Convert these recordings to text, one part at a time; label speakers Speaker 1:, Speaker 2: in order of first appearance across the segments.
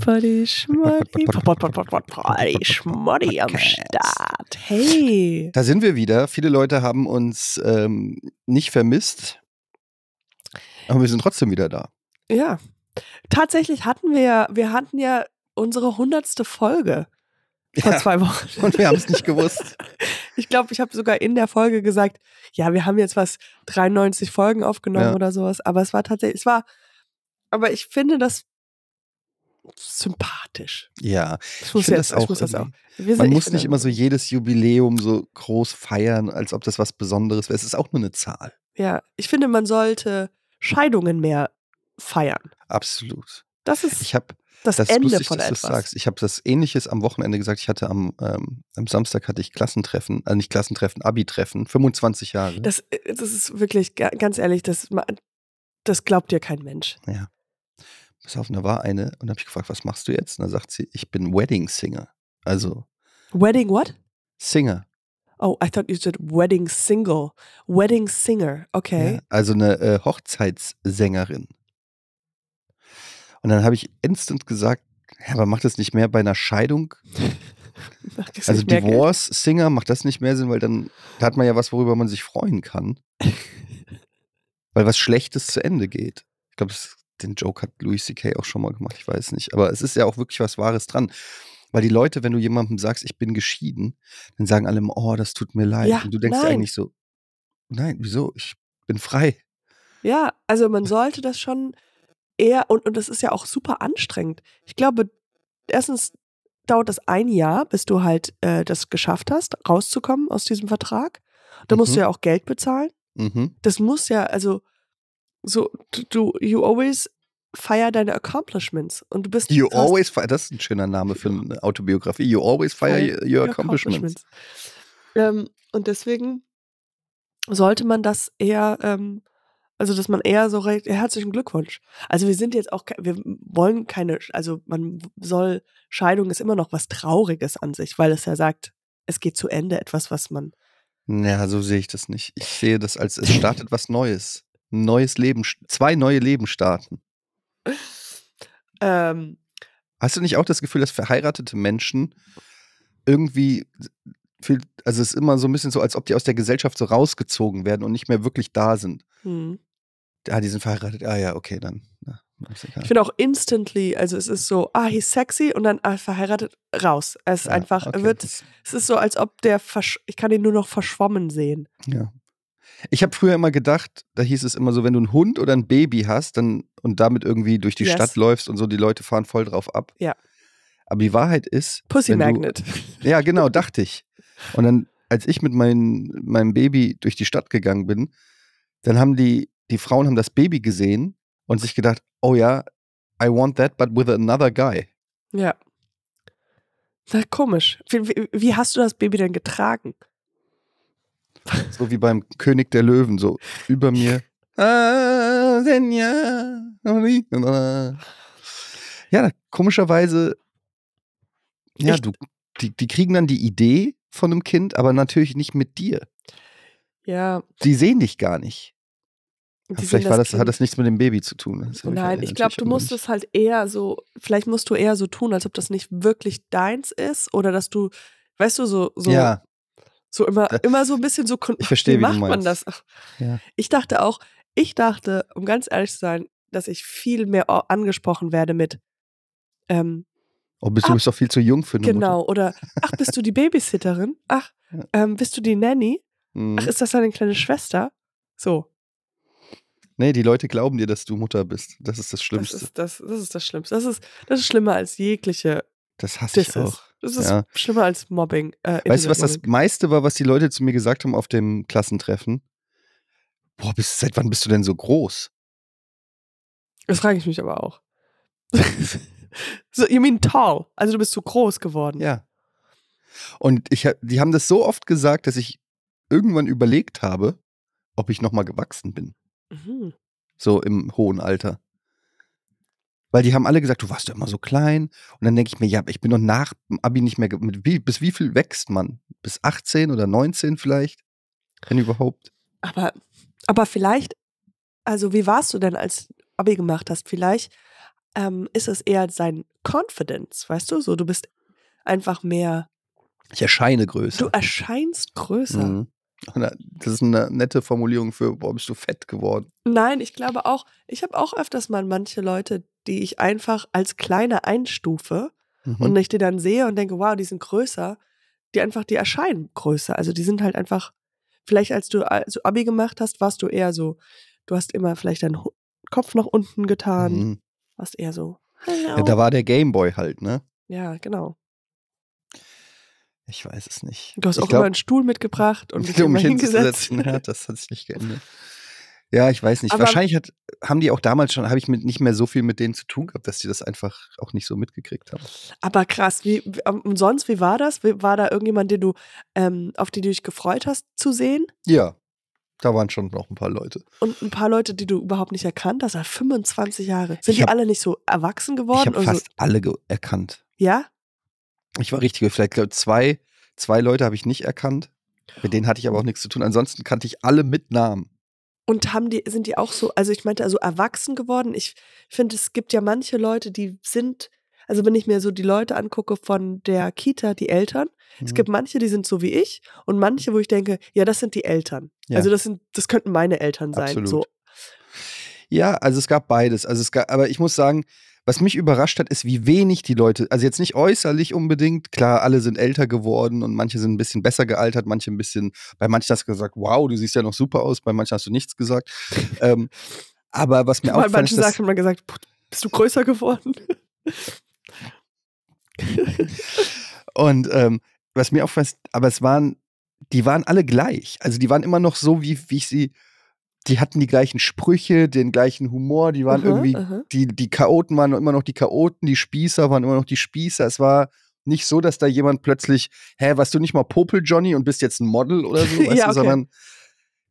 Speaker 1: Party, Schmoddy, Party, Schmoddy am Start. Hey.
Speaker 2: Da sind wir wieder. Viele Leute haben uns ähm, nicht vermisst, aber wir sind trotzdem wieder da.
Speaker 1: Ja. Tatsächlich hatten wir ja, wir hatten ja unsere hundertste Folge vor
Speaker 2: Ja.
Speaker 1: zwei Wochen.
Speaker 2: Und wir haben es nicht gewusst.
Speaker 1: Ich glaube, ich habe sogar in der Folge gesagt, ja, wir haben jetzt was 93 Folgen aufgenommen
Speaker 2: Ja.
Speaker 1: oder sowas, aber es war tatsächlich, es war, aber ich finde das sympathisch.
Speaker 2: Ja,
Speaker 1: Ich muss,
Speaker 2: find
Speaker 1: jetzt,
Speaker 2: das auch
Speaker 1: ich muss das auch.
Speaker 2: irgendwie-
Speaker 1: Wir sind-
Speaker 2: man
Speaker 1: ich
Speaker 2: muss
Speaker 1: bin
Speaker 2: nicht
Speaker 1: dann-
Speaker 2: immer so jedes Jubiläum so groß feiern, als ob das was Besonderes wäre. Es ist auch nur eine Zahl.
Speaker 1: Ja, ich finde, man sollte Scheidungen mehr feiern.
Speaker 2: Absolut.
Speaker 1: Das ist
Speaker 2: Ich habe
Speaker 1: das,
Speaker 2: das ist
Speaker 1: Ende
Speaker 2: lustig,
Speaker 1: von
Speaker 2: dass du
Speaker 1: etwas.
Speaker 2: das sagst. Ich habe das Ähnliches am Wochenende gesagt. Ich hatte am, ähm, am Samstag hatte ich Klassentreffen, also nicht Klassentreffen, Abi-Treffen, 25 Jahre.
Speaker 1: Das, äh, das ist wirklich, ga- ganz ehrlich, das, ma- das glaubt dir kein Mensch.
Speaker 2: Pass auf, und da war eine und habe ich gefragt, was machst du jetzt? Und da sagt sie, ich bin Wedding Singer. Also
Speaker 1: Wedding what?
Speaker 2: Singer.
Speaker 1: Oh, I thought you said wedding single. Wedding singer, okay.
Speaker 2: Ja, also eine äh, Hochzeitssängerin. Und dann habe ich instant gesagt, ja, aber macht das nicht mehr bei einer Scheidung?
Speaker 1: Ach, gibt's
Speaker 2: Also
Speaker 1: nicht mehr Geld?
Speaker 2: Divorce Singer macht das nicht mehr Sinn, weil dann da hat man ja was, worüber man sich freuen kann. weil was Schlechtes zu Ende geht. Ich glaube, das- den Joke hat Louis C.K. auch schon mal gemacht, ich weiß nicht. Aber es ist ja auch wirklich was Wahres dran. Weil die Leute, wenn du jemandem sagst, ich bin geschieden, dann sagen alle, immer, oh, das tut mir leid.
Speaker 1: Ja,
Speaker 2: Und du denkst dir
Speaker 1: nein.
Speaker 2: eigentlich so, nein, wieso? Ich bin frei.
Speaker 1: Ja, also man sollte das schon eher, und, und das ist ja auch super anstrengend. Ich glaube, erstens dauert das ein Jahr, bis du halt äh, das geschafft hast, rauszukommen aus diesem Vertrag. Da musst
Speaker 2: Mhm.
Speaker 1: du ja auch Geld bezahlen.
Speaker 2: Mhm.
Speaker 1: Das muss ja, also, so, du- du, you always fire deine accomplishments. Und du bist.
Speaker 2: You
Speaker 1: du hast-
Speaker 2: always fire, das ist ein schöner Name für eine Autobiografie. You always fire
Speaker 1: Fire
Speaker 2: your, your accomplishments.
Speaker 1: accomplishments. Ähm, und deswegen sollte man das eher, ähm, also dass man eher so recht, ja, herzlichen Glückwunsch. Also wir sind jetzt auch, ke- wir wollen keine, also man soll, Scheidung ist immer noch was Trauriges an sich, weil es ja sagt, es geht zu Ende, etwas, was man,
Speaker 2: Ja, so sehe ich das nicht. Ich sehe das als, es startet was Neues. Ein neues Leben, st- zwei neue Leben starten.
Speaker 1: ähm,
Speaker 2: Hast du nicht auch das Gefühl, dass verheiratete Menschen irgendwie viel, also es ist immer so ein bisschen so, als ob die aus der Gesellschaft so rausgezogen werden und nicht mehr wirklich da sind?
Speaker 1: hm.
Speaker 2: Ah, die sind verheiratet. Ah ja, okay, dann. Ja, ist egal.
Speaker 1: ich finde auch instantly, also es ist so, ah, he's sexy und dann ah, verheiratet, raus. Es ist
Speaker 2: Ja,
Speaker 1: einfach,
Speaker 2: okay.
Speaker 1: wird, es ist so, als ob der, versch ich kann ihn nur noch verschwommen sehen.
Speaker 2: Ja. Ich habe früher immer gedacht, da hieß es immer so, wenn du einen Hund oder ein Baby hast dann, und damit irgendwie durch die
Speaker 1: Yes.
Speaker 2: Stadt läufst und so, die Leute fahren voll drauf ab.
Speaker 1: Ja.
Speaker 2: Aber die Wahrheit ist,
Speaker 1: Pussy
Speaker 2: wenn du-
Speaker 1: Magnet.
Speaker 2: Ja, genau, dachte ich. Und dann, als ich mit mein, meinem Baby durch die Stadt gegangen bin, dann haben die, die Frauen haben das Baby gesehen und sich gedacht, oh ja, I want that, but with another guy.
Speaker 1: Ja. Na, komisch. Wie, wie, wie hast du das Baby denn getragen?
Speaker 2: So wie beim König der Löwen, so über mir. Ah, Senja. Ja, komischerweise, ja,
Speaker 1: Ich-
Speaker 2: du, die, die kriegen dann die Idee von einem Kind, aber natürlich nicht mit dir.
Speaker 1: Ja,
Speaker 2: Die sehen dich gar nicht.
Speaker 1: die
Speaker 2: Ja,
Speaker 1: sind
Speaker 2: Also vielleicht war das, hat
Speaker 1: Kind-
Speaker 2: das nichts mit dem Baby zu tun. ne? Das hab
Speaker 1: Nein,
Speaker 2: ja
Speaker 1: ich glaube,
Speaker 2: natürlich
Speaker 1: du
Speaker 2: auch
Speaker 1: musst
Speaker 2: nicht.
Speaker 1: es halt eher so, vielleicht musst du eher so tun, als ob das nicht wirklich deins ist oder dass du, weißt du, so, so,
Speaker 2: Ja,
Speaker 1: so immer,
Speaker 2: Da-
Speaker 1: immer so ein bisschen so. kon-
Speaker 2: Ich verstehe,
Speaker 1: wie
Speaker 2: wie du
Speaker 1: macht man
Speaker 2: meinst.
Speaker 1: das? Ach.
Speaker 2: Ja.
Speaker 1: Ich dachte auch, ich dachte, um ganz ehrlich zu sein, dass ich viel mehr au- angesprochen werde mit, ähm,
Speaker 2: Oh, bist, du bist doch viel zu jung für eine
Speaker 1: Genau, oder ach, bist du die Babysitterin? Ach,
Speaker 2: Ja.
Speaker 1: ähm, bist du die Nanny?
Speaker 2: Mutter.
Speaker 1: Ach,
Speaker 2: Mhm.
Speaker 1: ist das deine kleine Schwester? So,
Speaker 2: Nee, die Leute glauben dir, dass du Mutter bist. Das ist das
Speaker 1: das
Speaker 2: Schlimmste. Das,
Speaker 1: ist das, das ist das Schlimmste. Das ist, das ist schlimmer als jegliche
Speaker 2: hasse ich
Speaker 1: Disses.
Speaker 2: auch.
Speaker 1: Das ist
Speaker 2: Ja.
Speaker 1: schlimmer als Mobbing. Äh,
Speaker 2: Weißt du, was das
Speaker 1: Internetmobbing.
Speaker 2: meiste war, was die Leute zu mir gesagt haben auf dem Klassentreffen? Boah, bis, seit wann bist du denn so groß?
Speaker 1: Das frage ich mich aber auch. so, you mean tall? Also du bist zu groß geworden.
Speaker 2: Ja. Und ich, hab- die haben das so oft gesagt, dass ich irgendwann überlegt habe, ob ich nochmal gewachsen bin.
Speaker 1: Mhm.
Speaker 2: so im hohen Alter. Weil die haben alle gesagt, du warst doch immer so klein. Und dann denke ich mir, ja, aber ich bin doch nach dem Abi nicht mehr. ge- Mit wie, bis wie viel wächst man? Bis 18 oder 19 vielleicht? Wenn überhaupt.
Speaker 1: Aber, aber vielleicht, also wie warst du denn, als du Abi gemacht hast? Vielleicht ähm, ist es eher sein Confidence, weißt du? So, du bist einfach mehr,
Speaker 2: Ich erscheine
Speaker 1: du
Speaker 2: größer.
Speaker 1: erscheinst größer.
Speaker 2: Mhm. Und da- Das ist eine nette Formulierung für, boah, bist du fett geworden.
Speaker 1: Nein, ich glaube auch, ich habe auch öfters mal manche Leute, die ich einfach als kleiner einstufe Mhm.
Speaker 2: Mhm.
Speaker 1: und ich die dann sehe und denke, wow, die sind größer, die einfach, die erscheinen größer. Also die sind halt einfach, vielleicht als du A- so Abi gemacht hast, warst du eher so, du hast immer vielleicht deinen Ho- Kopf nach unten getan,
Speaker 2: Mhm.
Speaker 1: warst eher so.
Speaker 2: Ja, da war der Gameboy halt, ne?
Speaker 1: ja, genau.
Speaker 2: Ich weiß es nicht.
Speaker 1: Du hast
Speaker 2: ich
Speaker 1: auch immer einen Stuhl mitgebracht und dich
Speaker 2: um
Speaker 1: immer
Speaker 2: mich
Speaker 1: hingesetzt.
Speaker 2: hinzusetzen, ja, das hat sich nicht geändert. Ja, ich weiß nicht.
Speaker 1: Aber-
Speaker 2: Wahrscheinlich hat, haben die auch damals schon, habe ich mit, nicht mehr so viel mit denen zu tun gehabt, dass die das einfach auch nicht so mitgekriegt haben.
Speaker 1: Aber krass, wie, wie- und sonst, wie war das? Wie- War da irgendjemand, den du, ähm, auf den du dich gefreut hast zu sehen?
Speaker 2: Ja, da waren schon noch ein paar Leute.
Speaker 1: Und ein paar Leute, die du überhaupt nicht erkannt hast, seit 25 Jahre. Sind
Speaker 2: Ich
Speaker 1: die
Speaker 2: hab-
Speaker 1: alle nicht so erwachsen
Speaker 2: Ich
Speaker 1: geworden?
Speaker 2: habe
Speaker 1: oder
Speaker 2: fast
Speaker 1: so?
Speaker 2: alle ge- erkannt.
Speaker 1: Ja?
Speaker 2: Ich war richtig, vielleicht glaub, zwei, zwei Leute habe ich nicht erkannt. Mit denen hatte ich aber auch nichts zu tun. Ansonsten kannte ich alle mit Namen.
Speaker 1: Und haben die, sind die auch so, also ich meinte, also erwachsen geworden? Ich finde, es gibt ja manche Leute, die sind, also wenn ich mir so die Leute angucke von der Kita, die Eltern,
Speaker 2: Hm. Mhm.
Speaker 1: es gibt manche, die sind so wie ich und manche, wo ich denke, ja, das sind die Eltern.
Speaker 2: Ja.
Speaker 1: Also das sind, das könnten meine Eltern sein.
Speaker 2: Absolut.
Speaker 1: So.
Speaker 2: Ja, also es gab beides. Also es gab, aber ich muss sagen, was mich überrascht hat, ist, wie wenig die Leute, also jetzt nicht äußerlich unbedingt, klar, alle sind älter geworden und manche sind ein bisschen besser gealtert, manche ein bisschen, bei manchen hast du gesagt, wow, du siehst ja noch super aus, bei manchen hast du nichts gesagt. ähm, aber was mir
Speaker 1: Bei
Speaker 2: auffällt,
Speaker 1: manchen
Speaker 2: ist, dass,
Speaker 1: Sachen hat man gesagt, "Puh, bist du größer geworden?
Speaker 2: und ähm, was mir auffällt, ist, aber es waren, die waren alle gleich. Also die waren immer noch so, wie, wie ich sie, die hatten die gleichen Sprüche, den gleichen Humor, die waren
Speaker 1: Aha,
Speaker 2: irgendwie
Speaker 1: aha.
Speaker 2: die, die Chaoten waren immer noch die Chaoten, die Spießer waren immer noch die Spießer. Es war nicht so, dass da jemand plötzlich, hä, warst du nicht mal Popel Johnny und bist jetzt ein Model oder so,
Speaker 1: Ja,
Speaker 2: weißt du,
Speaker 1: okay.
Speaker 2: sondern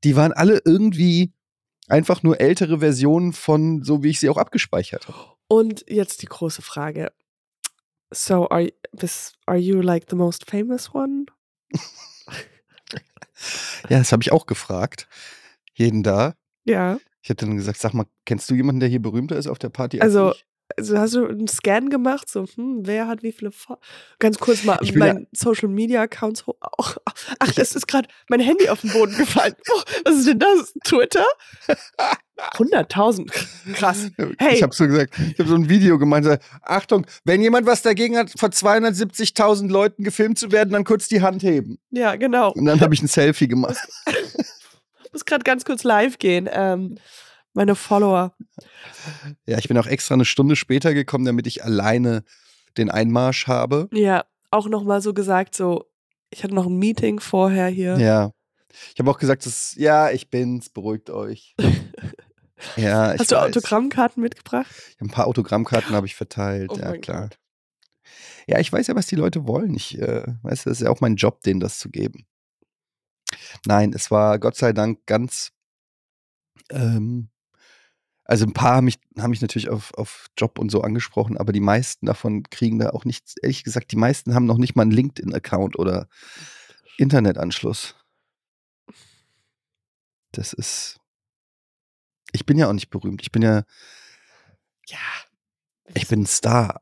Speaker 2: die waren alle irgendwie einfach nur ältere Versionen von so, wie ich sie auch abgespeichert habe.
Speaker 1: Und jetzt die große Frage. So, are, this, are you like the most famous one?
Speaker 2: Ja, das habe ich auch gefragt. Jeden da.
Speaker 1: Ja.
Speaker 2: Ich habe dann gesagt, sag mal, kennst du jemanden, der hier berühmter ist auf der Party?
Speaker 1: Also,
Speaker 2: ich?
Speaker 1: Also hast du einen Scan gemacht, so, hm, wer hat wie viele Fo Ganz kurz mal
Speaker 2: Ich bin
Speaker 1: mein Social Media Accounts hoch. Ach, ach, es ist gerade mein Handy auf den Boden gefallen. Oh, was ist denn das? Twitter? 100.000. Krass. hey.
Speaker 2: Ich habe so gesagt, ich habe so ein Video gemeint, so, Achtung, wenn jemand was dagegen hat, vor 270.000 Leuten gefilmt zu werden, dann kurz die Hand heben.
Speaker 1: Ja, genau.
Speaker 2: Und dann habe ich ein Selfie gemacht.
Speaker 1: Muss gerade ganz kurz live gehen. Ähm, meine Follower.
Speaker 2: Ja, ich bin auch extra eine Stunde später gekommen, damit ich alleine den Einmarsch habe.
Speaker 1: Ja, auch nochmal so gesagt, so, ich hatte noch ein Meeting vorher hier.
Speaker 2: Ja. Ich habe auch gesagt, das, ja, ich bin's, beruhigt euch. Ja, ich
Speaker 1: Hast du
Speaker 2: weiß.
Speaker 1: Autogrammkarten mitgebracht?
Speaker 2: Ich hab Ein paar Autogrammkarten habe ich verteilt,
Speaker 1: Oh
Speaker 2: ja
Speaker 1: mein
Speaker 2: klar. Ja, ich weiß ja, was die Leute wollen. Ich äh, weiß, das ist ja auch mein Job, denen das zu geben. Nein, es war Gott sei Dank ganz. Ähm, also ein paar haben mich, haben mich natürlich auf, auf Job und so angesprochen, aber die meisten davon kriegen da auch nichts. Ehrlich gesagt, die meisten haben noch nicht mal einen LinkedIn-Account oder Internetanschluss. Das ist. Ich bin ja auch nicht berühmt. Ich bin ja,
Speaker 1: Ja.
Speaker 2: ich bin ein Star.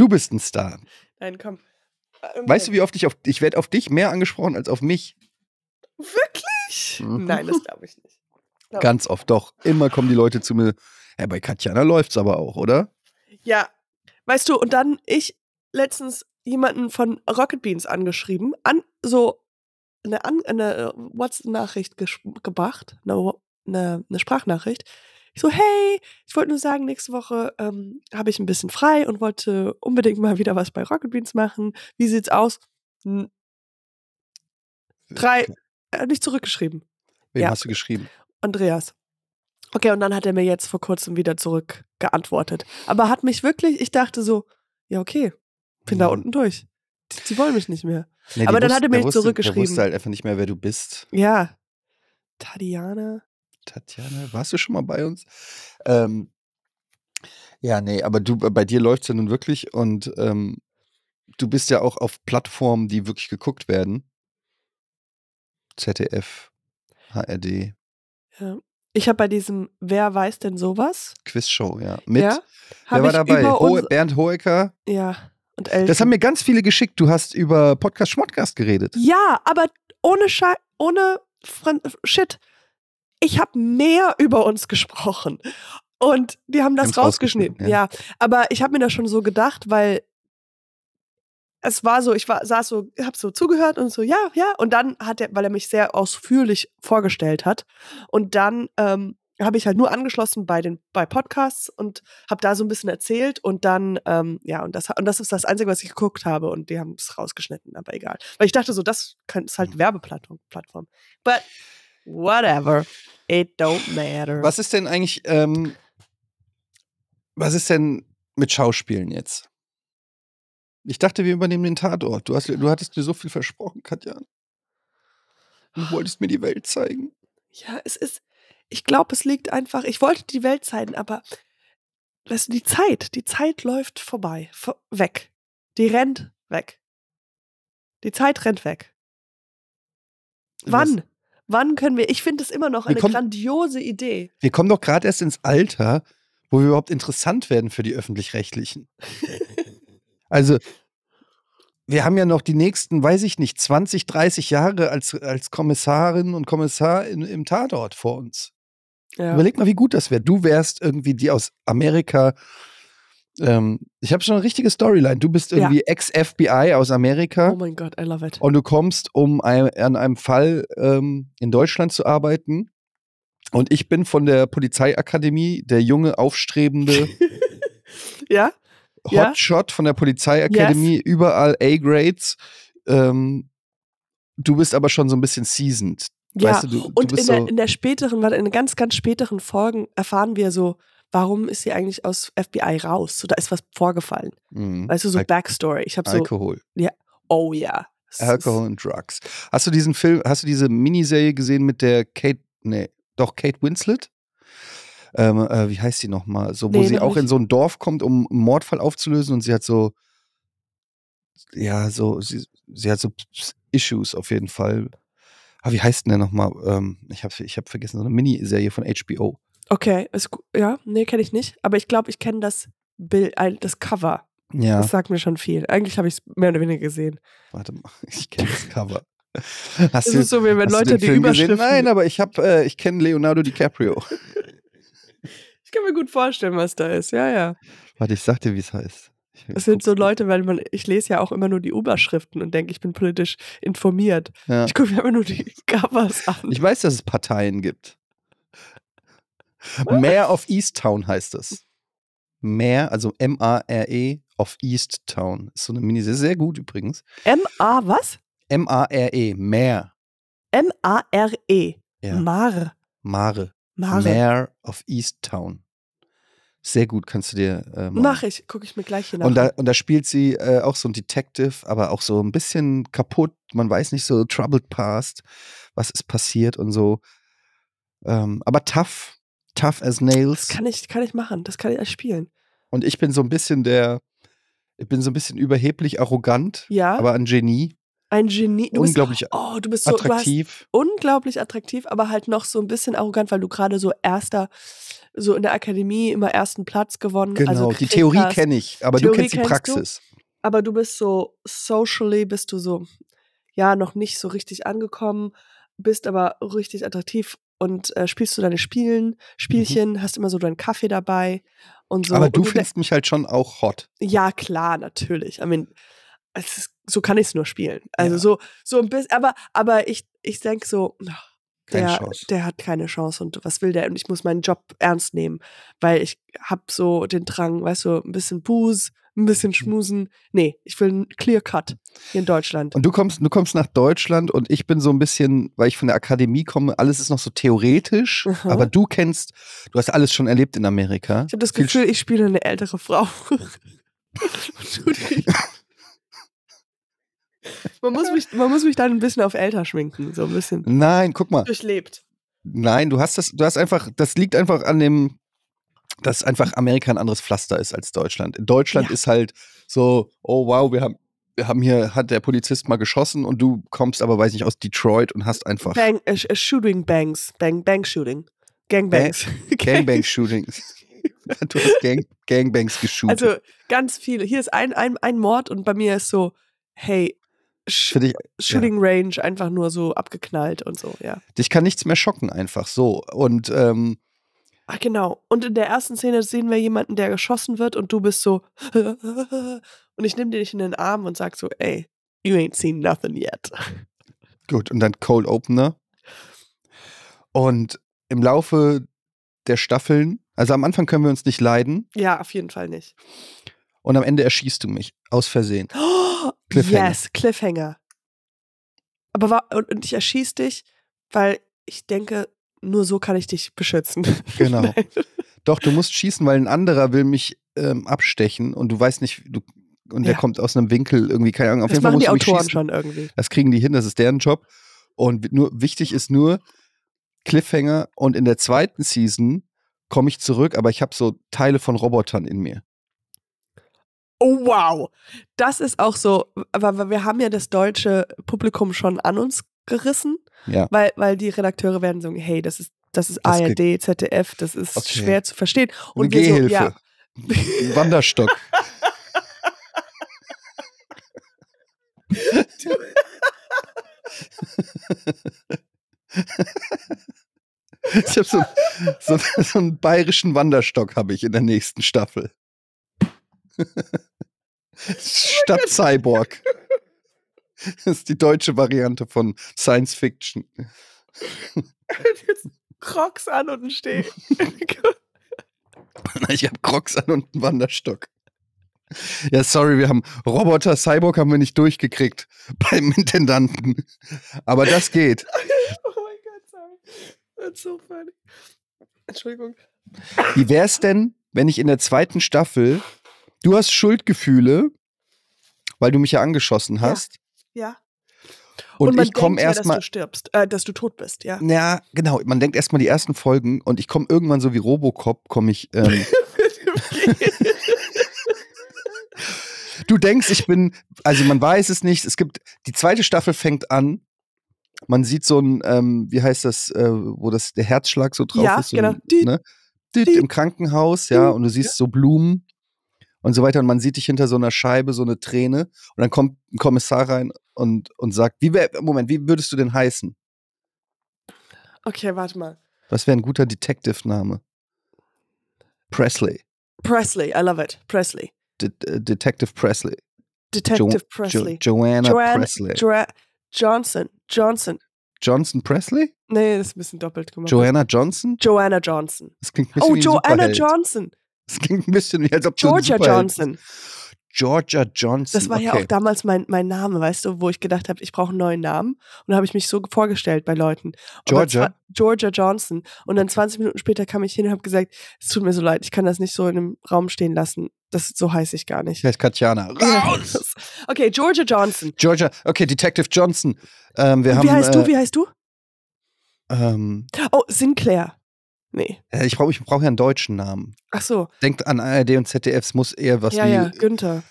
Speaker 2: Du bist ein Star.
Speaker 1: Nein, komm. Äh,
Speaker 2: Weißt du, wie oft ich auf ich werde auf dich mehr angesprochen als auf mich?
Speaker 1: Wirklich?
Speaker 2: Mhm.
Speaker 1: Nein, das glaube ich nicht. Ja.
Speaker 2: Ganz oft, doch. Immer kommen die Leute zu mir. Ja, bei Katjana läuft's aber auch, oder?
Speaker 1: Ja. Weißt du, und dann ich letztens jemanden von Rocket Beans angeschrieben, an so eine, an, eine äh, WhatsApp-Nachricht gesch- gebracht, eine, Wa- eine, eine Sprachnachricht. Ich so, hey, ich wollte nur sagen, nächste Woche ähm, habe ich ein bisschen frei und wollte unbedingt mal wieder was bei Rocket Beans machen. Wie sieht's aus? Hm. Drei, er hat nicht äh, zurückgeschrieben.
Speaker 2: Wem
Speaker 1: Ja.
Speaker 2: hast du geschrieben?
Speaker 1: Andreas. Okay, und dann hat er mir jetzt vor kurzem wieder zurückgeantwortet. Aber hat mich wirklich, ich dachte so, ja, okay, bin da
Speaker 2: Mhm.
Speaker 1: unten durch. Die, die wollen mich nicht mehr.
Speaker 2: Nee,
Speaker 1: Aber
Speaker 2: der
Speaker 1: dann hat er
Speaker 2: der
Speaker 1: mir
Speaker 2: wusste, Der
Speaker 1: zurückgeschrieben.
Speaker 2: wusste halt einfach nicht mehr, wer du bist.
Speaker 1: Ja. Tadiana.
Speaker 2: Tatjana, warst du schon mal bei uns? Ähm, ja, nee, aber du, bei dir läuft es ja nun wirklich und ähm, du bist ja auch auf Plattformen, die wirklich geguckt werden. ZDF, HRD,
Speaker 1: Ich habe bei diesem Wer weiß denn sowas?
Speaker 2: Quizshow, ja. Mit,
Speaker 1: Ja,
Speaker 2: wer
Speaker 1: hab
Speaker 2: war
Speaker 1: ich
Speaker 2: dabei?
Speaker 1: Über
Speaker 2: Hohe,
Speaker 1: uns,
Speaker 2: Bernd Hoeker.
Speaker 1: ja, und Elton.
Speaker 2: Das haben mir ganz viele geschickt. Du hast über Podcast Schmottgast geredet.
Speaker 1: ja, aber ohne Schei ohne Fran Shit. Ich habe mehr über uns gesprochen. Und die haben das
Speaker 2: Haben's
Speaker 1: rausgeschnitten.
Speaker 2: rausgeschnitten,
Speaker 1: ja. aber ich habe mir das schon so gedacht, weil es war so, ich war, saß so, hab so zugehört und so, ja, ja. Und dann hat er, weil er mich sehr ausführlich vorgestellt hat, und dann ähm, habe ich halt nur angeschlossen bei den bei Podcasts und habe da so ein bisschen erzählt und dann ähm, ja und das und das ist das einzige was ich geguckt habe und die haben es rausgeschnitten aber egal weil ich dachte so das kann, ist halt Werbeplattform Plattform but whatever it don't matter
Speaker 2: Was ist denn eigentlich, ähm, was ist denn mit Schauspielen jetzt? Ich dachte, wir übernehmen den Tatort. Du, hast, du hattest mir so viel versprochen, Katja. Du wolltest mir die Welt zeigen.
Speaker 1: Ja, es ist, ich glaube, es liegt einfach, ich wollte die Welt zeigen, aber weißt du, die Zeit, die Zeit läuft vorbei, vor, weg. Die rennt weg. Die Zeit rennt weg. Wann? Wann können wir, ich finde es immer noch
Speaker 2: Wir
Speaker 1: eine
Speaker 2: kommen-
Speaker 1: grandiose Idee.
Speaker 2: Wir kommen doch gerade erst ins Alter, wo wir überhaupt interessant werden für die Öffentlich-Rechtlichen. also, wir haben ja noch die nächsten, weiß ich nicht, 20, 30 Jahre als, als Kommissarin und Kommissar in, im Tatort vor uns.
Speaker 1: Ja.
Speaker 2: Überleg mal, wie gut das wäre. Du wärst irgendwie die aus Amerika. Ähm, ich habe schon eine richtige Storyline. Du bist
Speaker 1: Ja.
Speaker 2: irgendwie Ex-FBI aus Amerika
Speaker 1: Oh mein Gott, I love it.
Speaker 2: und du kommst, um ein, an einem Fall ähm, in Deutschland zu arbeiten. Und ich bin von der Polizeiakademie, der junge, aufstrebende
Speaker 1: Ja? Ja.
Speaker 2: Hotshot von der Polizeiakademie, überall A-Grades. Ähm, du bist aber schon so ein bisschen seasoned.
Speaker 1: Ja.
Speaker 2: Weißt du, du, du
Speaker 1: Und in
Speaker 2: bist
Speaker 1: der,
Speaker 2: so,
Speaker 1: in der späteren, warte, in den ganz, ganz späteren Folgen erfahren wir so, warum ist sie eigentlich aus FBI raus? So, da ist was vorgefallen.
Speaker 2: mh,
Speaker 1: Weißt du, so
Speaker 2: hm, Al-
Speaker 1: Backstory. Ich habe so,
Speaker 2: Alkohol.
Speaker 1: oh ja. Es ist-
Speaker 2: Alcohol and Drugs. Hast du diesen Film, hast du diese Miniserie gesehen mit der Kate, nee, doch Kate Winslet? Ähm, äh, wie heißt die nochmal? So, wo
Speaker 1: Nee,
Speaker 2: sie
Speaker 1: noch
Speaker 2: auch in
Speaker 1: nicht.
Speaker 2: so ein Dorf kommt, um einen Mordfall aufzulösen und sie hat so, ja, so, sie, sie hat so Ps- Issues auf jeden Fall. Ah, wie heißt denn der nochmal? Ähm, ich habe ich hab vergessen, so eine Miniserie von HBO.
Speaker 1: Okay, ist, gu- ja, nee, kenne ich nicht. Aber ich glaube, ich kenne das Bild, äh, das Cover.
Speaker 2: Ja,
Speaker 1: Das sagt mir schon viel. Eigentlich habe ich es mehr oder weniger gesehen.
Speaker 2: warte mal, ich kenne das Cover.
Speaker 1: Es
Speaker 2: Hast
Speaker 1: ist so, wie wenn
Speaker 2: hast du
Speaker 1: Leute
Speaker 2: den
Speaker 1: die
Speaker 2: Film
Speaker 1: Überschriften.
Speaker 2: gesehen? Nein, aber ich habe, äh, ich kenne Leonardo DiCaprio.
Speaker 1: ich kann mir gut vorstellen, was da ist. Ja, ja.
Speaker 2: Warte, ich sag dir, wie es heißt. Ich-
Speaker 1: Es sind so
Speaker 2: guck's.
Speaker 1: Leute, weil man, ich lese ja auch immer nur die Überschriften und denke, ich bin politisch informiert.
Speaker 2: Ja.
Speaker 1: Ich gucke mir immer nur die Covers an.
Speaker 2: Ich weiß, dass es Parteien gibt. Mayor of Easttown heißt es. Mayor, also M-A-R-E E of Easttown. Ist so eine Miniserie. Sehr gut übrigens.
Speaker 1: M-A, was?
Speaker 2: M-A-R-E, E, Mayor.
Speaker 1: M-A-R-E.
Speaker 2: Ja.
Speaker 1: Mare.
Speaker 2: Mare.
Speaker 1: Mare.
Speaker 2: Mayor of Easttown. Sehr gut, kannst du dir äh, mal-
Speaker 1: Mach ich, gucke ich mir gleich hier nach.
Speaker 2: Und da, und da spielt sie äh, auch so ein Detective, aber auch so ein bisschen kaputt. Man weiß nicht so, troubled past, was ist passiert und so. Ähm, aber tough, tough as
Speaker 1: das
Speaker 2: nails.
Speaker 1: kann ich, kann ich machen, das kann ich als spielen.
Speaker 2: Und ich bin so ein bisschen der, ich bin so ein bisschen überheblich, arrogant,
Speaker 1: Ja,
Speaker 2: aber ein Genie.
Speaker 1: ein Genie. Du
Speaker 2: Unglaublich
Speaker 1: bist, oh, du bist so, du hast
Speaker 2: attraktiv.
Speaker 1: unglaublich attraktiv, aber halt noch so ein bisschen arrogant, weil du gerade so erster, so in der Akademie immer ersten Platz gewonnen.
Speaker 2: genau,
Speaker 1: also
Speaker 2: die
Speaker 1: gekriegt
Speaker 2: Theorie
Speaker 1: hast.
Speaker 2: kenne ich, aber du
Speaker 1: Theorie
Speaker 2: kennst die
Speaker 1: kennst du?
Speaker 2: Praxis.
Speaker 1: Aber du bist so socially, bist du so, ja, noch nicht so richtig angekommen, bist aber richtig attraktiv und äh, spielst du deine
Speaker 2: Mhm.
Speaker 1: Spielen, Spielchen, hast immer so deinen Kaffee dabei und so.
Speaker 2: aber
Speaker 1: und
Speaker 2: du
Speaker 1: de-
Speaker 2: findest mich halt schon auch hot.
Speaker 1: Ja, klar, natürlich. I mean, es ist, so kann ich es nur spielen. Also
Speaker 2: Ja.
Speaker 1: so, so ein bisschen, aber, aber ich, ich denke so,
Speaker 2: Keine
Speaker 1: der,
Speaker 2: Chance.
Speaker 1: der hat keine Chance und was will der? Und ich muss meinen Job ernst nehmen, weil ich hab so den Drang, weißt du, ein bisschen Buß, ein
Speaker 2: Mhm.
Speaker 1: bisschen Schmusen. Nee, ich will einen Clear Cut hier in Deutschland.
Speaker 2: Und du kommst, du kommst nach Deutschland und ich bin so ein bisschen, weil ich von der Akademie komme, alles ist noch so theoretisch,
Speaker 1: Aha.
Speaker 2: aber du kennst, du hast alles schon erlebt in Amerika.
Speaker 1: ich habe das
Speaker 2: Viel
Speaker 1: Gefühl, ich spiele eine ältere Frau. Und du nicht. man, muss mich, man muss mich dann ein bisschen auf älter schminken, so ein bisschen
Speaker 2: Nein, guck mal.
Speaker 1: durchlebt.
Speaker 2: Nein, du hast das, du hast einfach, das liegt einfach an dem, dass einfach Amerika ein anderes Pflaster ist als Deutschland. In Deutschland
Speaker 1: Ja.
Speaker 2: ist halt so, oh wow, wir haben, wir haben hier, hat der Polizist mal geschossen und du kommst aber, weiß nicht, aus Detroit und hast einfach
Speaker 1: Bang, äh, äh, Shooting Bangs. Bang, Bang Shooting. Gangbangs.
Speaker 2: Gangbang-Shootings. du hast Gang, Gangbangs geshootet.
Speaker 1: Also ganz viele. Hier ist ein, ein, ein Mord und bei mir ist so, hey, Sch
Speaker 2: Für dich,
Speaker 1: Shooting Range einfach nur so abgeknallt und so, ja.
Speaker 2: dich kann nichts mehr schocken, einfach so. Und ähm,
Speaker 1: Ach genau. Und in der ersten Szene sehen wir jemanden, der geschossen wird und du bist so und ich nehme dich in den Arm und sag so, ey, you ain't seen nothing yet.
Speaker 2: gut, und dann Cold Opener. Und im Laufe der Staffeln, also am Anfang können wir uns nicht leiden,
Speaker 1: Ja, auf jeden Fall nicht.
Speaker 2: Und am Ende erschießt du mich. Aus Versehen. Cliffhanger.
Speaker 1: Yes, Cliffhanger. Aber war, und, und ich erschieß dich, weil ich denke, nur so kann ich dich beschützen.
Speaker 2: Genau.
Speaker 1: Nein.
Speaker 2: Doch, du musst schießen, weil ein anderer will mich ähm, abstechen und du weißt nicht, du, und der
Speaker 1: Ja.
Speaker 2: kommt aus einem Winkel irgendwie, keine Ahnung. Auf
Speaker 1: Das
Speaker 2: jeden Fall
Speaker 1: machen die
Speaker 2: musst du mich
Speaker 1: Autoren
Speaker 2: schießen.
Speaker 1: schon irgendwie.
Speaker 2: Das kriegen die hin, das ist deren Job. Und wi- nur, wichtig ist nur Cliffhanger und in der zweiten Season komme ich zurück, aber ich habe so Teile von Robotern in mir.
Speaker 1: Oh wow, das ist auch so, aber aber wir haben ja das deutsche Publikum schon an uns gerissen,
Speaker 2: Ja.
Speaker 1: weil, weil die Redakteure werden sagen, hey, das ist, das ist
Speaker 2: Das
Speaker 1: ARD, ZDF, das ist
Speaker 2: Okay.
Speaker 1: schwer zu verstehen. Und
Speaker 2: Eine
Speaker 1: wir so,
Speaker 2: Gehhilfe.
Speaker 1: ja,
Speaker 2: Ein Wanderstock. Ich habe so, so, so einen bayerischen Wanderstock habe ich in der nächsten Staffel. Stadt Cyborg. Das ist die deutsche Variante von Science Fiction.
Speaker 1: jetzt Crocs an und stehen.
Speaker 2: Ich habe Crocs an und einen Wanderstock. Ja, sorry, wir haben Roboter, Cyborg haben wir nicht durchgekriegt beim Intendanten. Aber das geht.
Speaker 1: oh mein Gott, sorry. That's so funny. Entschuldigung.
Speaker 2: Wie wär's denn, wenn ich in der zweiten Staffel, du hast Schuldgefühle, weil du mich ja angeschossen hast.
Speaker 1: Ja.
Speaker 2: Und,
Speaker 1: man
Speaker 2: ich komme
Speaker 1: denkt ja, dass
Speaker 2: erstmal.
Speaker 1: du stirbst, äh, dass du tot bist, ja.
Speaker 2: Ja, genau. Man denkt erstmal die ersten Folgen und ich komme irgendwann so wie Robocop, komme ich. Ähm, du denkst, ich bin, also man weiß es nicht. Es gibt, die zweite Staffel fängt an. Man sieht so ein, ähm, wie heißt das, äh, wo das der Herzschlag so drauf
Speaker 1: Ja,
Speaker 2: ist. So
Speaker 1: genau.
Speaker 2: Ein,
Speaker 1: Die-
Speaker 2: ne? Dit
Speaker 1: die-
Speaker 2: Im Krankenhaus, ja,
Speaker 1: die-
Speaker 2: und du siehst so Blumen und so weiter. Und man sieht dich hinter so einer Scheibe, so eine Träne. Und dann kommt ein Kommissar rein und, und sagt, wie wär, Moment, wie würdest du denn heißen?
Speaker 1: Okay, warte mal.
Speaker 2: Was wäre ein guter Detective-Name? Presley.
Speaker 1: Presley, I love it. Presley.
Speaker 2: De äh, Detective Presley. Jo-
Speaker 1: Detective Presley.
Speaker 2: Jo Joanna
Speaker 1: Joanne-
Speaker 2: Presley.
Speaker 1: Joa- Johnson. Johnson.
Speaker 2: Johnson Presley?
Speaker 1: Nee, das ist ein bisschen doppelt gemacht.
Speaker 2: Joanna Johnson?
Speaker 1: Joanna Johnson.
Speaker 2: Das klingt ein bisschen
Speaker 1: Oh,
Speaker 2: wie ein
Speaker 1: Joanna
Speaker 2: Superheld.
Speaker 1: Johnson.
Speaker 2: Das klingt ein bisschen wie, als ob du ein
Speaker 1: Georgia
Speaker 2: Superheld
Speaker 1: Johnson.
Speaker 2: bist. Georgia Johnson.
Speaker 1: Das war
Speaker 2: okay.
Speaker 1: ja auch damals mein, mein Name, weißt du, wo ich gedacht habe, ich brauche einen neuen Namen. Und da habe ich mich so vorgestellt bei Leuten. Aber
Speaker 2: Georgia?
Speaker 1: zwar- Georgia Johnson. Und dann 20 Minuten später kam ich hin und habe gesagt, es tut mir so leid, ich kann das nicht so in einem Raum stehen lassen. Das so heiße ich gar
Speaker 2: Ich
Speaker 1: nicht.
Speaker 2: heiße Katjana. Raus!
Speaker 1: Okay, Georgia Johnson.
Speaker 2: Georgia, okay, Detective Johnson. Ähm, wir
Speaker 1: Und
Speaker 2: haben,
Speaker 1: wie heißt
Speaker 2: äh,
Speaker 1: du? Wie heißt du?
Speaker 2: Ähm,
Speaker 1: Oh, Sinclair. Nee.
Speaker 2: äh, ich brauche ich brauch ja einen deutschen Namen.
Speaker 1: Ach so.
Speaker 2: Denkt an ARD und ZDF, es muss eher was
Speaker 1: ja,
Speaker 2: wie.
Speaker 1: ja, Günther.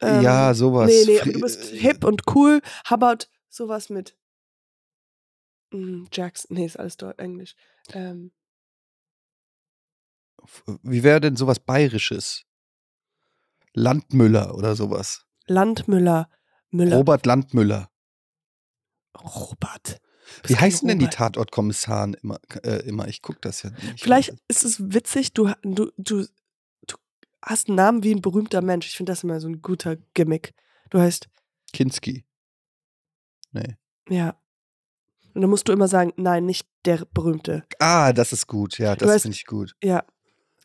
Speaker 1: Ähm,
Speaker 2: ja, sowas.
Speaker 1: Nee, nee,
Speaker 2: Fri-
Speaker 1: aber du bist hip und cool. Hubbard, sowas mit mm, Jackson. Nee, ist alles dort Englisch. Ähm,
Speaker 2: Wie wäre denn sowas Bayerisches? Landmüller oder sowas.
Speaker 1: Landmüller. Müller.
Speaker 2: Robert Landmüller.
Speaker 1: Robert. Das
Speaker 2: Wie
Speaker 1: ist kein
Speaker 2: heißen denn die
Speaker 1: Robert.
Speaker 2: Tatortkommissaren immer? Äh, immer? Ich gucke das ja nicht.
Speaker 1: Vielleicht ist es witzig, du, du, du, du hast einen Namen wie ein berühmter Mensch. Ich finde das immer so ein guter Gimmick. Du heißt,
Speaker 2: Kinski. Nee.
Speaker 1: ja. Und dann musst du immer sagen, nein, nicht der Berühmte.
Speaker 2: Ah, das ist gut. Ja, das
Speaker 1: weißt-
Speaker 2: finde ich gut.
Speaker 1: Ja.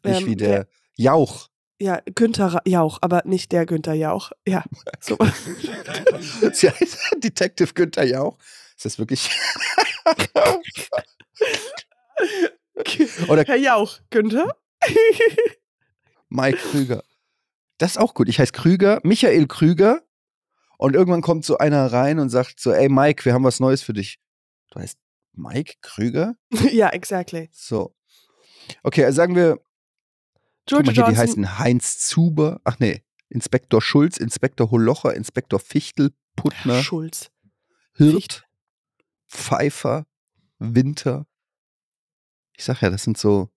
Speaker 2: Nicht
Speaker 1: Ähm,
Speaker 2: wie der Jauch.
Speaker 1: Ja, Günther Ra- Jauch, aber nicht der Günther Jauch. Ja, so.
Speaker 2: Sie heißt Detective Günther Jauch. Ist das wirklich? Oder
Speaker 1: Herr Jauch, Günther?
Speaker 2: Mike Krüger. Das ist auch gut. Ich heiße Krüger, Michael Krüger. Und irgendwann kommt so einer rein und sagt so, ey Mike, wir haben was Neues für dich. Du heißt Mike Krüger?
Speaker 1: ja, exactly.
Speaker 2: So. Okay, also sagen wir, guck
Speaker 1: George
Speaker 2: mal hier, die
Speaker 1: Johnson.
Speaker 2: heißen Heinz Zuber. Ach nee, Inspektor Schulz, Inspektor Holocher, Inspektor Fichtel, Puttner,
Speaker 1: Schulz.
Speaker 2: Hirt, Pfeiffer, Winter. Ich sag ja, das sind so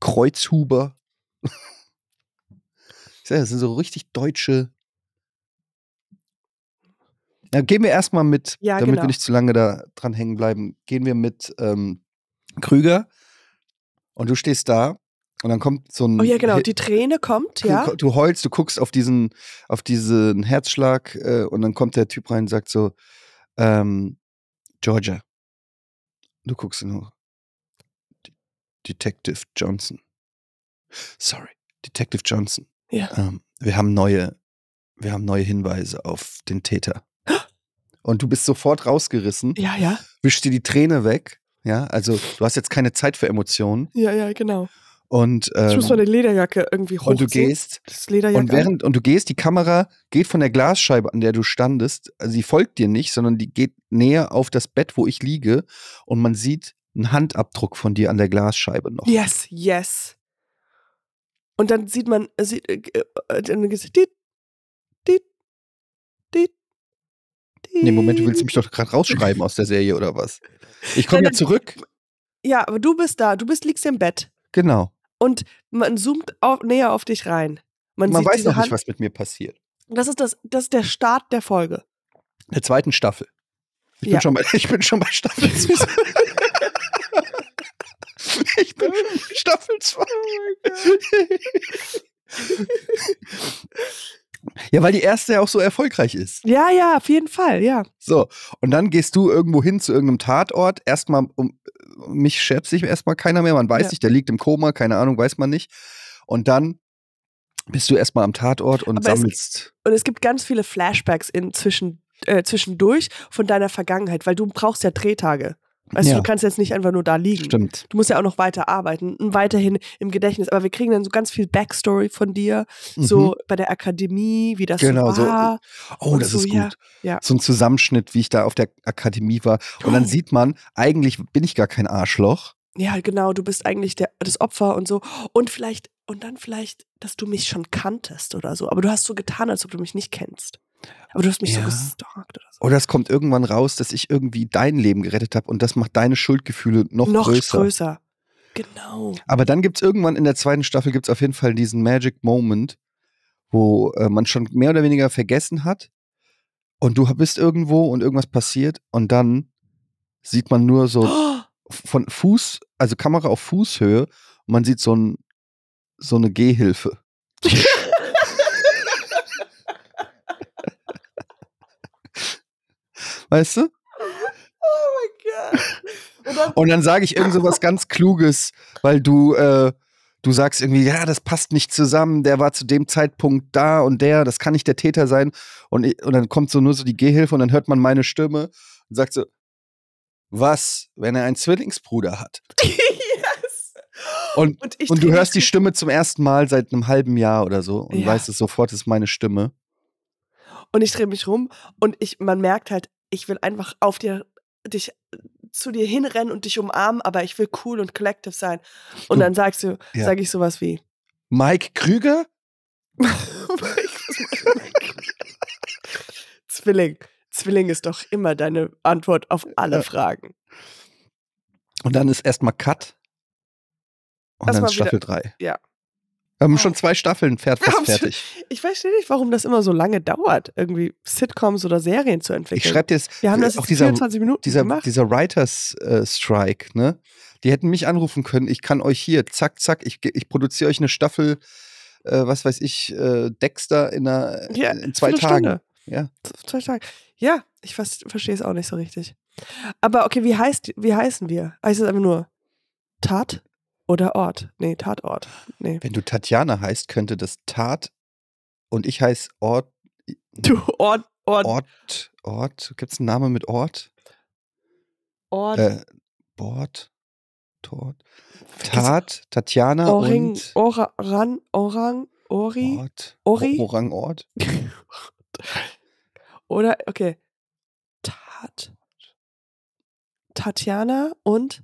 Speaker 2: Kreuzhuber. Ich sag ja, das sind so richtig deutsche. Na, gehen wir erstmal mit,
Speaker 1: Ja,
Speaker 2: damit
Speaker 1: genau.
Speaker 2: wir nicht zu lange da dran hängen bleiben, gehen wir mit ähm, Krüger und du stehst da und dann kommt so ein.
Speaker 1: Oh ja, genau.
Speaker 2: Hi-
Speaker 1: Die Träne kommt, ja.
Speaker 2: Du, du heulst, du guckst auf diesen, auf diesen Herzschlag äh, und dann kommt der Typ rein und sagt so, ähm, Georgia. Du guckst ihn hoch. D Detective Johnson. Sorry, Detective Johnson.
Speaker 1: Ja.
Speaker 2: Ähm, wir haben neue, wir haben neue Hinweise auf den Täter. Und du bist sofort rausgerissen,
Speaker 1: Ja, ja.
Speaker 2: wischst dir die Träne weg. Ja, also du hast jetzt keine Zeit für Emotionen.
Speaker 1: Ja, ja, genau.
Speaker 2: Und,
Speaker 1: Ich
Speaker 2: ähm,
Speaker 1: muss meine Lederjacke irgendwie hochziehen.
Speaker 2: und du gehst
Speaker 1: Das Lederjacke.
Speaker 2: und während und du gehst, die Kamera geht von der Glasscheibe, an der du standest, also sie folgt dir nicht, sondern die geht näher auf das Bett, wo ich liege, und man sieht einen Handabdruck von dir an der Glasscheibe noch.
Speaker 1: an. Yes, yes. Und dann sieht man, äh, sieht, äh, äh, dann geht's dit, dit, dit, dit.
Speaker 2: Nee, Moment, du willst mich doch gerade rausschreiben aus der Serie oder was? Ich komme ja
Speaker 1: Nein,
Speaker 2: zurück.
Speaker 1: Ja, aber du bist da, du bist, liegst im Bett.
Speaker 2: Genau.
Speaker 1: Und man zoomt auf, näher auf dich rein. Man,
Speaker 2: Man,
Speaker 1: sieht
Speaker 2: weiß
Speaker 1: diese
Speaker 2: noch nicht,
Speaker 1: Hand.
Speaker 2: was mit mir passiert.
Speaker 1: Das ist, das, das ist der Start der Folge.
Speaker 2: In Der zweiten Staffel. Ich,
Speaker 1: Ja.
Speaker 2: bin, schon bei, ich bin schon bei Staffel 2. ich bin schon bei Staffel 2.
Speaker 1: Oh
Speaker 2: ja, weil die erste ja auch so erfolgreich ist.
Speaker 1: Ja, ja, auf jeden Fall, ja.
Speaker 2: So, und dann gehst du irgendwo hin zu irgendeinem Tatort. Erstmal, um, mich schert sich erstmal keiner mehr. Man weiß
Speaker 1: Ja.
Speaker 2: nicht, der liegt im Koma, keine Ahnung, weiß man nicht. Und dann bist du erstmal am Tatort und
Speaker 1: Aber es-
Speaker 2: sammelst.
Speaker 1: Und es gibt ganz viele Flashbacks in zwischen, äh, zwischendurch von deiner Vergangenheit, weil du brauchst ja Drehtage. Weißt
Speaker 2: Ja.
Speaker 1: du, du kannst jetzt nicht einfach nur da liegen.
Speaker 2: Stimmt.
Speaker 1: Du musst ja auch noch weiter arbeiten und weiterhin im Gedächtnis. Aber wir kriegen dann so ganz viel Backstory von dir, so bei der Akademie, wie das
Speaker 2: Mhm. Genau,
Speaker 1: so
Speaker 2: so-
Speaker 1: war.
Speaker 2: Oh,
Speaker 1: Und
Speaker 2: das
Speaker 1: so,
Speaker 2: ist gut.
Speaker 1: ja, ja.
Speaker 2: So ein Zusammenschnitt, wie ich da auf der Akademie war. Und dann
Speaker 1: Oh.
Speaker 2: sieht man, eigentlich bin ich gar kein Arschloch.
Speaker 1: Ja, genau, du bist eigentlich der, das Opfer und so. Und vielleicht, und dann vielleicht, dass du mich schon kanntest oder so. Aber du hast so getan, als ob du mich nicht kennst. Aber du hast mich so
Speaker 2: Ja.
Speaker 1: gestalkt oder so.
Speaker 2: Oder es kommt irgendwann raus, dass ich irgendwie dein Leben gerettet habe und das macht deine Schuldgefühle noch,
Speaker 1: Noch
Speaker 2: größer.
Speaker 1: größer. Genau.
Speaker 2: Aber dann gibt es irgendwann in der zweiten Staffel gibt's auf jeden Fall diesen Magic Moment, wo äh, man schon mehr oder weniger vergessen hat und du bist irgendwo und irgendwas passiert und dann sieht man nur so
Speaker 1: Oh,
Speaker 2: von Fuß, also Kamera auf Fußhöhe und man sieht so, ein, so eine Gehhilfe. weißt du?
Speaker 1: oh mein Gott. Und dann,
Speaker 2: Und dann sage ich irgend so was ganz Kluges, weil du, äh, du sagst irgendwie, ja, das passt nicht zusammen, der war zu dem Zeitpunkt da und der, das kann nicht der Täter sein. Und, ich, und dann kommt so nur so die Gehhilfe und dann hört man meine Stimme und sagt so, was, wenn er einen Zwillingsbruder hat?
Speaker 1: yes.
Speaker 2: Und,
Speaker 1: Und, ich
Speaker 2: und du
Speaker 1: drehe
Speaker 2: hörst die
Speaker 1: zu-
Speaker 2: Stimme zum ersten Mal seit einem halben Jahr oder so und
Speaker 1: Ja.
Speaker 2: weißt es sofort, es ist meine Stimme.
Speaker 1: Und ich drehe mich rum und ich, man merkt halt, ich will einfach auf dir, dich zu dir hinrennen und dich umarmen, aber ich will cool und collective sein. Und
Speaker 2: Du-
Speaker 1: dann sagst du,
Speaker 2: Ja.
Speaker 1: sag ich sowas wie.
Speaker 2: Mike Krüger?
Speaker 1: Zwilling. Zwilling ist doch immer deine Antwort auf alle
Speaker 2: Ja.
Speaker 1: Fragen.
Speaker 2: Und dann ist erstmal Cut. Und
Speaker 1: Erst
Speaker 2: dann
Speaker 1: mal
Speaker 2: ist Staffel 3.
Speaker 1: ja.
Speaker 2: Wir haben
Speaker 1: Oh.
Speaker 2: schon zwei Staffeln fährt
Speaker 1: Wir
Speaker 2: fast
Speaker 1: haben schon-
Speaker 2: fertig.
Speaker 1: Ich verstehe nicht, warum das immer so lange dauert, irgendwie Sitcoms oder Serien zu entwickeln.
Speaker 2: Ich schreibe dir jetzt
Speaker 1: Wir haben das
Speaker 2: auch
Speaker 1: jetzt
Speaker 2: dieser,
Speaker 1: 24 Minuten
Speaker 2: dieser,
Speaker 1: gemacht.
Speaker 2: dieser Writers äh, Strike, ne? Die hätten mich anrufen können, ich kann euch hier, zack, zack, ich, ge- ich produziere euch eine Staffel, äh, was weiß ich, äh, Dexter in, einer,
Speaker 1: ja,
Speaker 2: in zwei Tagen.
Speaker 1: Viertelstunde.
Speaker 2: Ja.
Speaker 1: Z- Zwei Tage. Ja, ich vers- verstehe es auch nicht so richtig. Aber okay, wie, heißt, wie heißen wir? Heißt es einfach nur Tat oder Ort? Nee, Tatort. Nee.
Speaker 2: Wenn du Tatjana heißt, könnte das Tat und ich heiße Ort,
Speaker 1: Du, Ort, Ort, Ort.
Speaker 2: Ort, Ort. Gibt es einen Namen mit Ort? Äh, Bord, Tort. Tat, Tatjana
Speaker 1: Oring,
Speaker 2: äh, und
Speaker 1: Oran, Orang, Ori
Speaker 2: Ort.
Speaker 1: Ori?
Speaker 2: Orang Ort.
Speaker 1: oder, okay. Tat. Tatjana und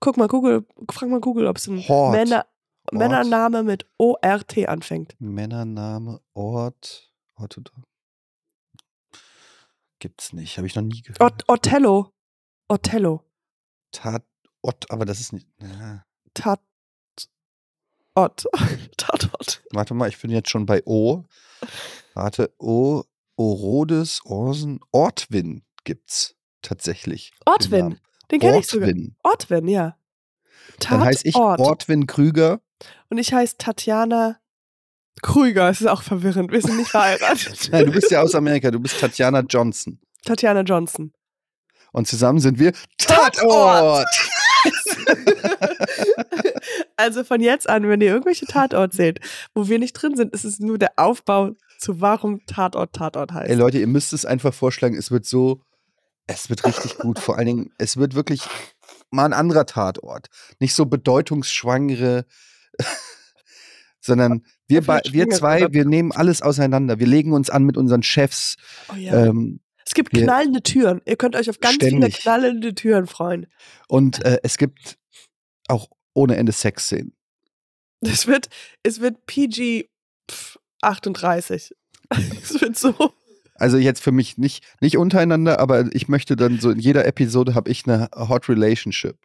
Speaker 1: guck mal, Google, frag mal Google, ob es ein
Speaker 2: Hort.
Speaker 1: Männer,
Speaker 2: Ort.
Speaker 1: Männername mit ORT anfängt.
Speaker 2: Männername, Ort. Orthodox. Gibt's nicht, habe ich noch nie gehört.
Speaker 1: Ot Othello. Othello.
Speaker 2: Tat, Ott, aber das ist nicht. Ja.
Speaker 1: Tat. Ot. Tatort.
Speaker 2: Warte mal, ich bin jetzt schon bei O. Warte, O, Orodes, Orsen, Ortwin gibt's tatsächlich. den
Speaker 1: Ortwin.
Speaker 2: Namen.
Speaker 1: Den kenne ich sogar.
Speaker 2: Ortwin.
Speaker 1: Ortwin, ja.
Speaker 2: Dann heiße ich Ortwin Krüger.
Speaker 1: Und ich heiße Tatjana Krüger. Es ist auch verwirrend. Wir sind nicht verheiratet.
Speaker 2: Nein, du bist ja aus Amerika, du bist Tatjana Johnson.
Speaker 1: Tatjana Johnson.
Speaker 2: Und zusammen sind wir
Speaker 1: Tatort!
Speaker 2: Tatort.
Speaker 1: Also von jetzt an, wenn ihr irgendwelche Tatort seht, wo wir nicht drin sind, ist es nur der Aufbau zu warum Tatort Tatort heißt.
Speaker 2: Ey Leute, ihr müsst es einfach vorschlagen. Es wird so, es wird richtig gut. Vor allen Dingen, es wird wirklich mal ein anderer Tatort. Nicht so bedeutungsschwangere, sondern wir, bei, wir zwei, wir nehmen alles auseinander. Wir legen uns an mit unseren Chefs.
Speaker 1: oh, ja.
Speaker 2: Ähm,
Speaker 1: es gibt
Speaker 2: wir-
Speaker 1: knallende Türen. Ihr könnt euch auf ganz viele
Speaker 2: Ständig.
Speaker 1: knallende Türen freuen.
Speaker 2: und äh, es gibt auch ohne Ende Sexszenen.
Speaker 1: Es wird, es wird PG pf, 38. es wird so.
Speaker 2: Also jetzt für mich nicht, nicht untereinander, aber ich möchte dann so in jeder Episode habe ich eine Hot Relationship.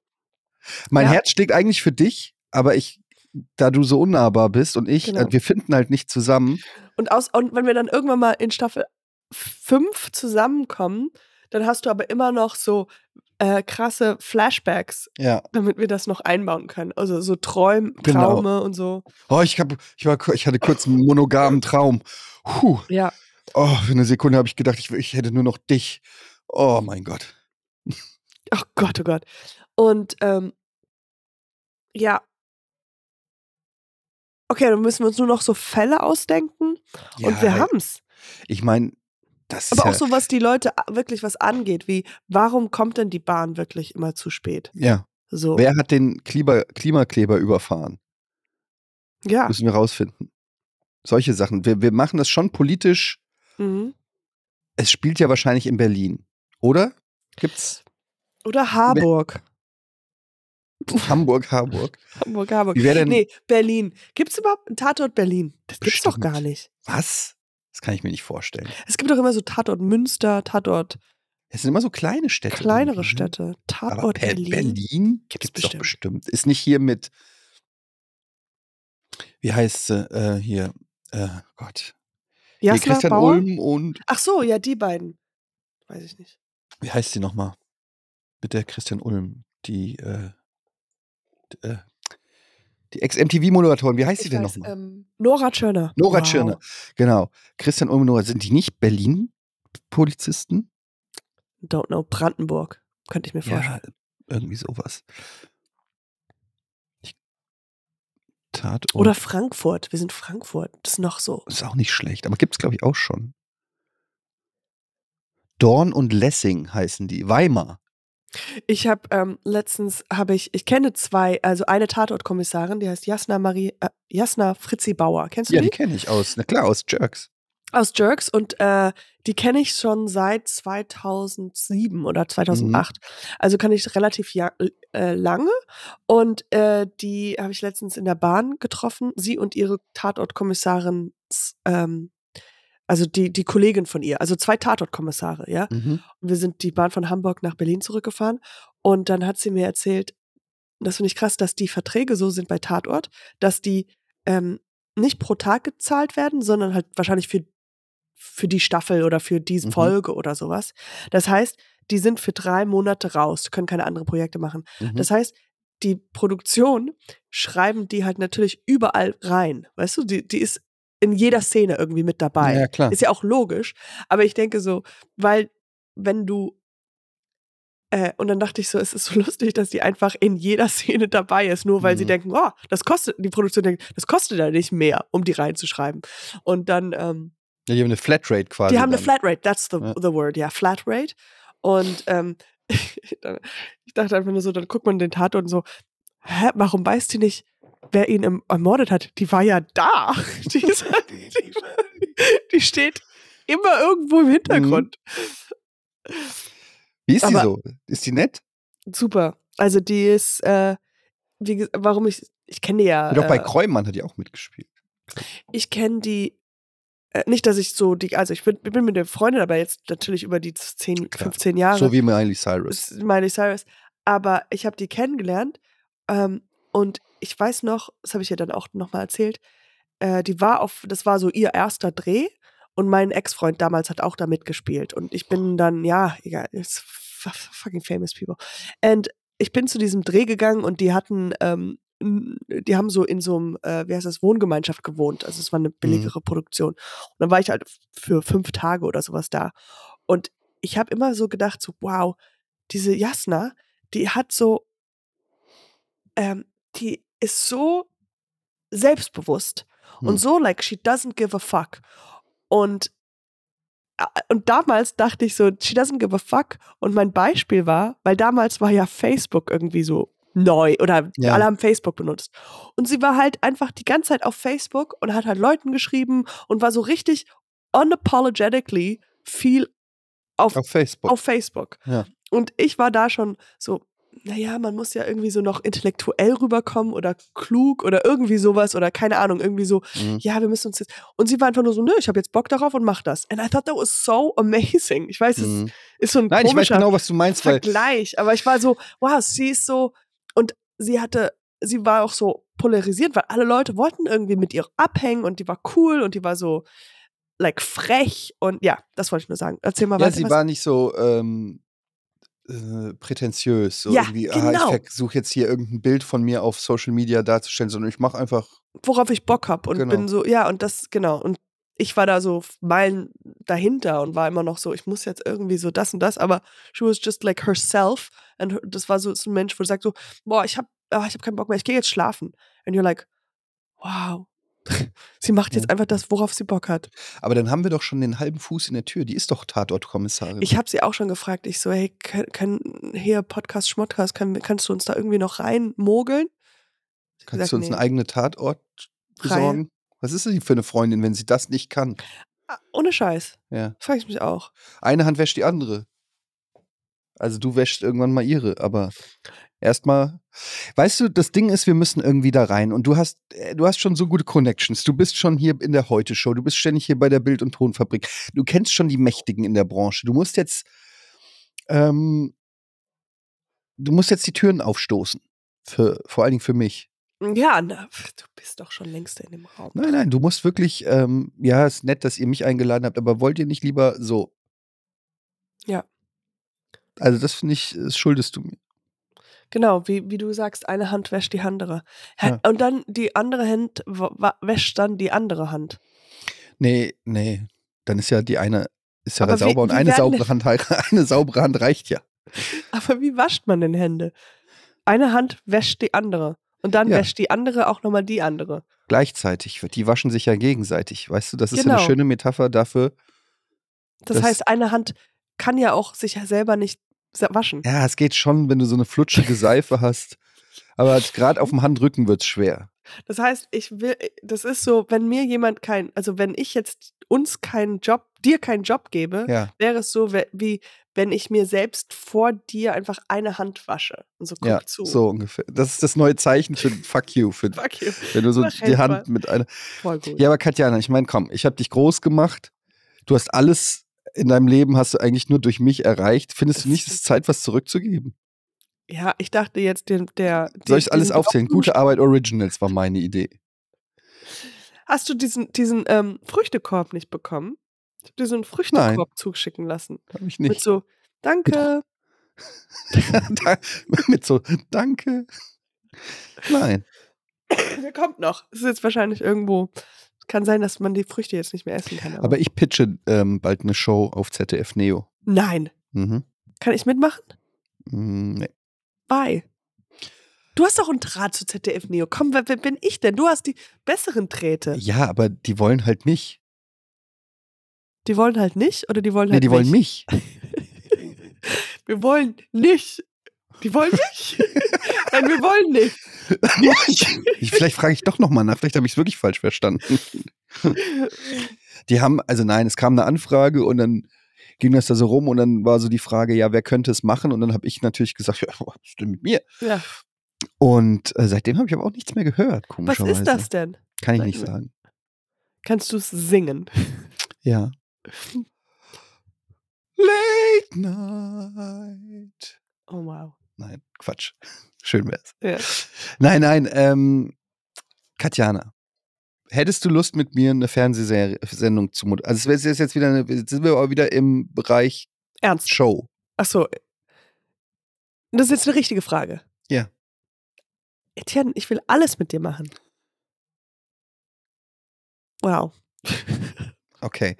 Speaker 2: Mein
Speaker 1: Ja.
Speaker 2: Herz schlägt eigentlich für dich, aber ich, da du so unnahbar bist und ich,
Speaker 1: Genau.
Speaker 2: äh, wir finden halt nicht zusammen.
Speaker 1: Und, aus, und wenn wir dann irgendwann mal in Staffel 5 zusammenkommen, dann hast du aber immer noch so äh, krasse Flashbacks,
Speaker 2: Ja.
Speaker 1: damit wir das noch einbauen können. Also so Träum,
Speaker 2: Genau.
Speaker 1: Traume und so.
Speaker 2: Oh, ich hab, ich war, ich hatte kurz einen monogamen Traum. Puh.
Speaker 1: Ja.
Speaker 2: Oh, für eine Sekunde habe ich gedacht, ich, ich hätte nur noch dich. Oh mein Gott.
Speaker 1: Oh Gott, oh Gott. Und ähm, ja. Okay, dann müssen wir uns nur noch so Fälle ausdenken und
Speaker 2: Ja,
Speaker 1: wir
Speaker 2: ey,
Speaker 1: haben's.
Speaker 2: Ich meine, das ist
Speaker 1: Aber
Speaker 2: ja,
Speaker 1: auch so, was die Leute a- wirklich was angeht, wie warum kommt denn die Bahn wirklich immer zu spät?
Speaker 2: ja.
Speaker 1: So.
Speaker 2: Wer hat den Klima, Klimakleber überfahren?
Speaker 1: Ja.
Speaker 2: Müssen wir rausfinden. Solche Sachen. Wir, wir machen das schon politisch.
Speaker 1: Mhm.
Speaker 2: Es spielt ja wahrscheinlich in Berlin, oder? Gibt's
Speaker 1: Oder Harburg.
Speaker 2: Hamburg, Harburg?
Speaker 1: Hamburg, Harburg.
Speaker 2: Wie wäre denn-
Speaker 1: Nee, Berlin. Gibt's überhaupt einen Tatort Berlin? Das gibt's doch
Speaker 2: Bestimmt.
Speaker 1: gar nicht.
Speaker 2: Was? Das kann ich mir nicht vorstellen.
Speaker 1: Es gibt doch immer so Tatort Münster, Tatort
Speaker 2: Es sind immer so kleine Städte.
Speaker 1: kleinere
Speaker 2: irgendwie, ne?
Speaker 1: Städte. Tatort
Speaker 2: Aber Pe-
Speaker 1: Berlin.
Speaker 2: Berlin
Speaker 1: Gibt's
Speaker 2: gibt es doch
Speaker 1: bestimmt.
Speaker 2: bestimmt. Ist nicht hier mit. Wie heißt sie? Äh, hier. Äh, Gott. Hier
Speaker 1: Jasna
Speaker 2: Christian
Speaker 1: Bauer?
Speaker 2: Ulm und.
Speaker 1: Ach so, ja, die beiden. Weiß ich nicht.
Speaker 2: Wie heißt sie nochmal? Mit der Christian Ulm. Die. Äh, d- äh, die Ex-MTV-Moderatorin. Wie heißt sie
Speaker 1: ich
Speaker 2: denn
Speaker 1: weiß,
Speaker 2: nochmal?
Speaker 1: ähm, Nora Tschirner.
Speaker 2: Nora
Speaker 1: Wow.
Speaker 2: Tschirner. Genau. Christian Ulm und Nora. Sind die nicht Berlin-Polizisten?
Speaker 1: Don't know. Brandenburg. Könnte ich mir vorstellen.
Speaker 2: Ja, irgendwie sowas. Ich, Tatort
Speaker 1: Oder Frankfurt. Wir sind Frankfurt. Das ist noch so.
Speaker 2: ist auch nicht schlecht, aber gibt es, glaube ich, auch schon. Dorn und Lessing heißen die. Weimar.
Speaker 1: Ich habe ähm, letztens habe ich ich kenne zwei, also eine Tatortkommissarin, die heißt Jasna Marie äh, Jasna Fritzi Bauer. Kennst du
Speaker 2: Ja,
Speaker 1: die?
Speaker 2: die kenne ich aus. Na klar, aus Jerks.
Speaker 1: aus Jerks und äh, die kenne ich schon seit 2007 oder 2008. Also kann ich relativ ja, äh, lange. Und äh, die habe ich letztens in der Bahn getroffen. Sie und ihre Tatortkommissarin, ähm, also die, die Kollegin von ihr, also zwei Tatortkommissare, ja.
Speaker 2: Mhm,
Speaker 1: Und wir sind die Bahn von Hamburg nach Berlin zurückgefahren. Und dann hat sie mir erzählt, und das finde ich krass, dass die Verträge so sind bei Tatort, dass die ähm, nicht pro Tag gezahlt werden, sondern halt wahrscheinlich für, für die Staffel oder für die
Speaker 2: Mhm.
Speaker 1: Folge oder sowas. Das heißt, die sind für drei Monate raus, können keine anderen Projekte machen.
Speaker 2: Mhm.
Speaker 1: Das heißt, die Produktion schreiben die halt natürlich überall rein. Weißt du, die, die ist in jeder Szene irgendwie mit dabei.
Speaker 2: Ja, klar.
Speaker 1: Ist ja auch logisch. Aber ich denke so, weil wenn du Äh, und dann dachte ich so, es ist so lustig, dass die einfach in jeder Szene dabei ist, nur weil sie
Speaker 2: Mhm.
Speaker 1: denken, oh, das kostet, die Produktion denkt, das kostet ja nicht mehr, um die reinzuschreiben. Und dann, ähm,
Speaker 2: Ja, die haben eine Flatrate quasi.
Speaker 1: die haben
Speaker 2: dann.
Speaker 1: eine Flatrate, that's the,
Speaker 2: Ja.
Speaker 1: the word, ja, Flatrate. Und ähm, dann- ich dachte einfach nur so, dann guckt man den Tatort und so, hä, warum weiß die nicht, wer ihn im, ermordet hat? Die war ja da. Die, ist, die, die steht immer irgendwo
Speaker 2: Mhm.
Speaker 1: im Hintergrund.
Speaker 2: Wie ist die
Speaker 1: aber-
Speaker 2: so? Ist die nett?
Speaker 1: Super. Also die ist, äh, wie, ges- warum ich, ich kenne die ja.
Speaker 2: Ja, Doch bei
Speaker 1: äh,
Speaker 2: Kreumann hat die auch mitgespielt.
Speaker 1: ich kenne die, äh, nicht, dass ich so, die, also ich bin, bin mit der Freundin, aber jetzt natürlich über die 10,
Speaker 2: Klar.
Speaker 1: 15 Jahre.
Speaker 2: So wie Miley Cyrus.
Speaker 1: ist Miley Cyrus. Aber ich habe die kennengelernt ähm, und ich weiß noch, das habe ich ja dann auch nochmal erzählt, äh, die war auf, das war so ihr erster Dreh und mein Ex-Freund damals hat auch da mitgespielt und ich bin dann, ja, egal, it's f- f- fucking famous people. And ich bin zu diesem Dreh gegangen und die hatten, ähm, n- die haben so in so einem, äh, wie heißt das, Wohngemeinschaft gewohnt. Also es war eine billigere Produktion. Und dann war ich halt f- für fünf Tage oder sowas da. Und ich habe immer so gedacht, so, wow, diese Jasna, die hat so, ähm, die ist so selbstbewusst und
Speaker 2: Hm.
Speaker 1: so, like, she doesn't give a fuck. Und, äh, und damals dachte ich so, she doesn't give a fuck. Und mein Beispiel war, weil damals war ja Facebook irgendwie so neu oder
Speaker 2: Ja.
Speaker 1: alle haben Facebook benutzt. Und sie war halt einfach die ganze Zeit auf Facebook und hat halt Leuten geschrieben und war so richtig unapologetically viel auf
Speaker 2: Auf Facebook.
Speaker 1: auf Facebook.
Speaker 2: Ja.
Speaker 1: Und ich war da schon so, naja, man muss ja irgendwie so noch intellektuell rüberkommen oder klug oder irgendwie sowas oder keine Ahnung, irgendwie so,
Speaker 2: Mhm.
Speaker 1: ja, wir müssen uns jetzt. Und sie war einfach nur so, nö, ich habe jetzt Bock darauf und mach das. And I thought that was so amazing. Ich weiß, es
Speaker 2: Mhm.
Speaker 1: ist so ein
Speaker 2: Nein, ich weiß
Speaker 1: komischer
Speaker 2: genau, was du meinst, weil
Speaker 1: Vergleich, aber ich war so, wow, sie ist so, und sie hatte, sie war auch so polarisiert, weil alle Leute wollten irgendwie mit ihr abhängen und die war cool und die war so, like, frech und ja, das wollte ich nur sagen. Erzähl mal
Speaker 2: ja,
Speaker 1: weiter.
Speaker 2: sie
Speaker 1: was-
Speaker 2: war nicht so ähm, äh, prätentiös. So
Speaker 1: Ja,
Speaker 2: irgendwie,
Speaker 1: genau.
Speaker 2: ah, ich versuche jetzt hier irgendein Bild von mir auf Social Media darzustellen, sondern ich mache einfach.
Speaker 1: worauf ich Bock hab und
Speaker 2: Genau.
Speaker 1: bin so, ja, und das, genau. Und ich war da so Meilen dahinter und war immer noch so, ich muss jetzt irgendwie so das und das, aber she was just like herself. Und her- das war so so ein Mensch, wo du sagst so, boah, ich hab, ah, ich hab keinen Bock mehr, ich gehe jetzt schlafen. And you're like, wow. sie macht jetzt einfach das, worauf sie Bock hat.
Speaker 2: Aber dann haben wir doch schon den halben Fuß in der Tür. Die ist doch Tatortkommissarin.
Speaker 1: Ich habe sie auch schon gefragt. Ich so, hey, können, können hier Podcast Schmodcast, kann, kannst du uns da irgendwie noch reinmogeln? Sie hat
Speaker 2: Kannst
Speaker 1: gesagt,
Speaker 2: du uns
Speaker 1: nee.
Speaker 2: einen eigenen Tatort besorgen? Was ist sie für eine Freundin, wenn sie das nicht kann?
Speaker 1: Ah, Ohne Scheiß.
Speaker 2: Ja.
Speaker 1: Frag ich mich auch.
Speaker 2: Eine Hand wäscht die andere. Also du wäschst irgendwann mal ihre, aber erstmal. Weißt du, das Ding ist, wir müssen irgendwie da rein. Und du hast, äh, du hast schon so gute Connections. Du bist schon hier in der Heute-Show, du bist ständig hier bei der Bild- und Tonfabrik. Du kennst schon die Mächtigen in der Branche. Du musst jetzt, ähm, du musst jetzt die Türen aufstoßen. Für, vor allen Dingen für mich.
Speaker 1: Ja, na, pf, du bist doch schon längst in dem Raum.
Speaker 2: Nein, nein, du musst wirklich, ähm, ja, ist nett, dass ihr mich eingeladen habt, aber wollt ihr nicht lieber so?
Speaker 1: Ja.
Speaker 2: Also das finde ich, das schuldest du mir.
Speaker 1: Genau, wie, wie du sagst, eine Hand wäscht die andere. Hä- Und dann die andere Hand wa- wa- wäscht dann die andere Hand.
Speaker 2: Nee, nee, dann ist ja die eine, ist ja
Speaker 1: Aber wie-
Speaker 2: sauber und
Speaker 1: wie
Speaker 2: eine
Speaker 1: werden-
Speaker 2: saubere, Hand, eine saubere Hand reicht ja.
Speaker 1: Aber wie wascht man denn Hände? Eine Hand wäscht die andere. Und dann
Speaker 2: Ja.
Speaker 1: wäscht die andere auch nochmal die andere.
Speaker 2: Gleichzeitig, die waschen sich ja gegenseitig, weißt du, das ist ja eine
Speaker 1: Genau.
Speaker 2: schöne Metapher dafür.
Speaker 1: Das,
Speaker 2: Das-
Speaker 1: heißt, eine Hand kann ja auch sich selber nicht se- waschen.
Speaker 2: Ja, es geht schon, wenn du so eine flutschige Seife hast, aber gerade auf dem Handrücken wird es schwer.
Speaker 1: Das heißt, ich will, äh, das ist so, wenn mir jemand kein, also wenn ich jetzt uns keinen Job, dir keinen Job gebe,
Speaker 2: Ja,
Speaker 1: wäre es so, we- wie wenn ich mir selbst vor dir einfach eine Hand wasche. Und so guck
Speaker 2: ja,
Speaker 1: zu.
Speaker 2: so ungefähr. Das ist das neue Zeichen für Fuck you, für,
Speaker 1: Fuck you.
Speaker 2: wenn du so
Speaker 1: Mach
Speaker 2: die
Speaker 1: einfach.
Speaker 2: Hand mit einer
Speaker 1: Voll gut.
Speaker 2: Ja, aber Katjana, ich meine, komm, ich habe dich groß gemacht. Du hast alles in deinem Leben hast du eigentlich nur durch mich erreicht. Findest du nicht, es ist Zeit, was zurückzugeben?
Speaker 1: Ja, ich dachte jetzt, der. der
Speaker 2: Soll ich alles
Speaker 1: diesen
Speaker 2: aufzählen?
Speaker 1: Brocken-
Speaker 2: Gute Arbeit Originals war meine Idee.
Speaker 1: Hast du diesen, diesen ähm, Früchtekorb nicht bekommen? Ich habe dir so einen Früchtekorb zuschicken lassen.
Speaker 2: Hab ich
Speaker 1: Mit
Speaker 2: nicht.
Speaker 1: so, danke.
Speaker 2: Da- Mit so, danke. Nein.
Speaker 1: Der kommt noch. Es ist jetzt wahrscheinlich irgendwo. Kann sein, dass man die Früchte jetzt nicht mehr essen kann. Aber,
Speaker 2: Aber ich pitche ähm, bald eine Show auf ZDF Neo.
Speaker 1: nein.
Speaker 2: Mhm.
Speaker 1: Kann ich mitmachen?
Speaker 2: Mm, nee.
Speaker 1: Bye. Du hast doch einen Draht zu ZDF Neo. Komm, wer, wer bin ich denn? Du hast die besseren Drähte.
Speaker 2: Ja, aber die wollen halt mich.
Speaker 1: Die wollen halt nicht oder die wollen
Speaker 2: Nee,
Speaker 1: halt
Speaker 2: die wollen
Speaker 1: nicht.
Speaker 2: mich.
Speaker 1: Wir wollen nicht. Die wollen nicht. Nein, wir wollen nicht.
Speaker 2: ich, vielleicht frage ich doch nochmal nach, vielleicht habe ich es wirklich falsch verstanden. Die haben, also nein, es kam eine Anfrage und dann ging das da so rum und dann war so die Frage, ja, wer könnte es machen? Und dann habe ich natürlich gesagt, ja, was ist denn mit mir?
Speaker 1: Ja.
Speaker 2: Und äh, seitdem habe ich aber auch nichts mehr gehört,
Speaker 1: Was
Speaker 2: komischerweise.
Speaker 1: ist das denn?
Speaker 2: Kann ich
Speaker 1: Sag
Speaker 2: nicht
Speaker 1: mir.
Speaker 2: sagen.
Speaker 1: Kannst du es singen?
Speaker 2: Ja. Late Night.
Speaker 1: Oh wow.
Speaker 2: Nein, Quatsch. Schön wär's.
Speaker 1: Ja.
Speaker 2: Nein, nein, ähm, Katjana. Hättest du Lust, mit mir eine Fernsehsendung zu moderieren? Also, es wäre jetzt wieder eine, jetzt sind wir aber wieder im Bereich
Speaker 1: Ernst.
Speaker 2: Show.
Speaker 1: Ach so. Das ist jetzt eine richtige Frage.
Speaker 2: Ja.
Speaker 1: Etienne, ich will alles mit dir machen. Wow.
Speaker 2: Okay.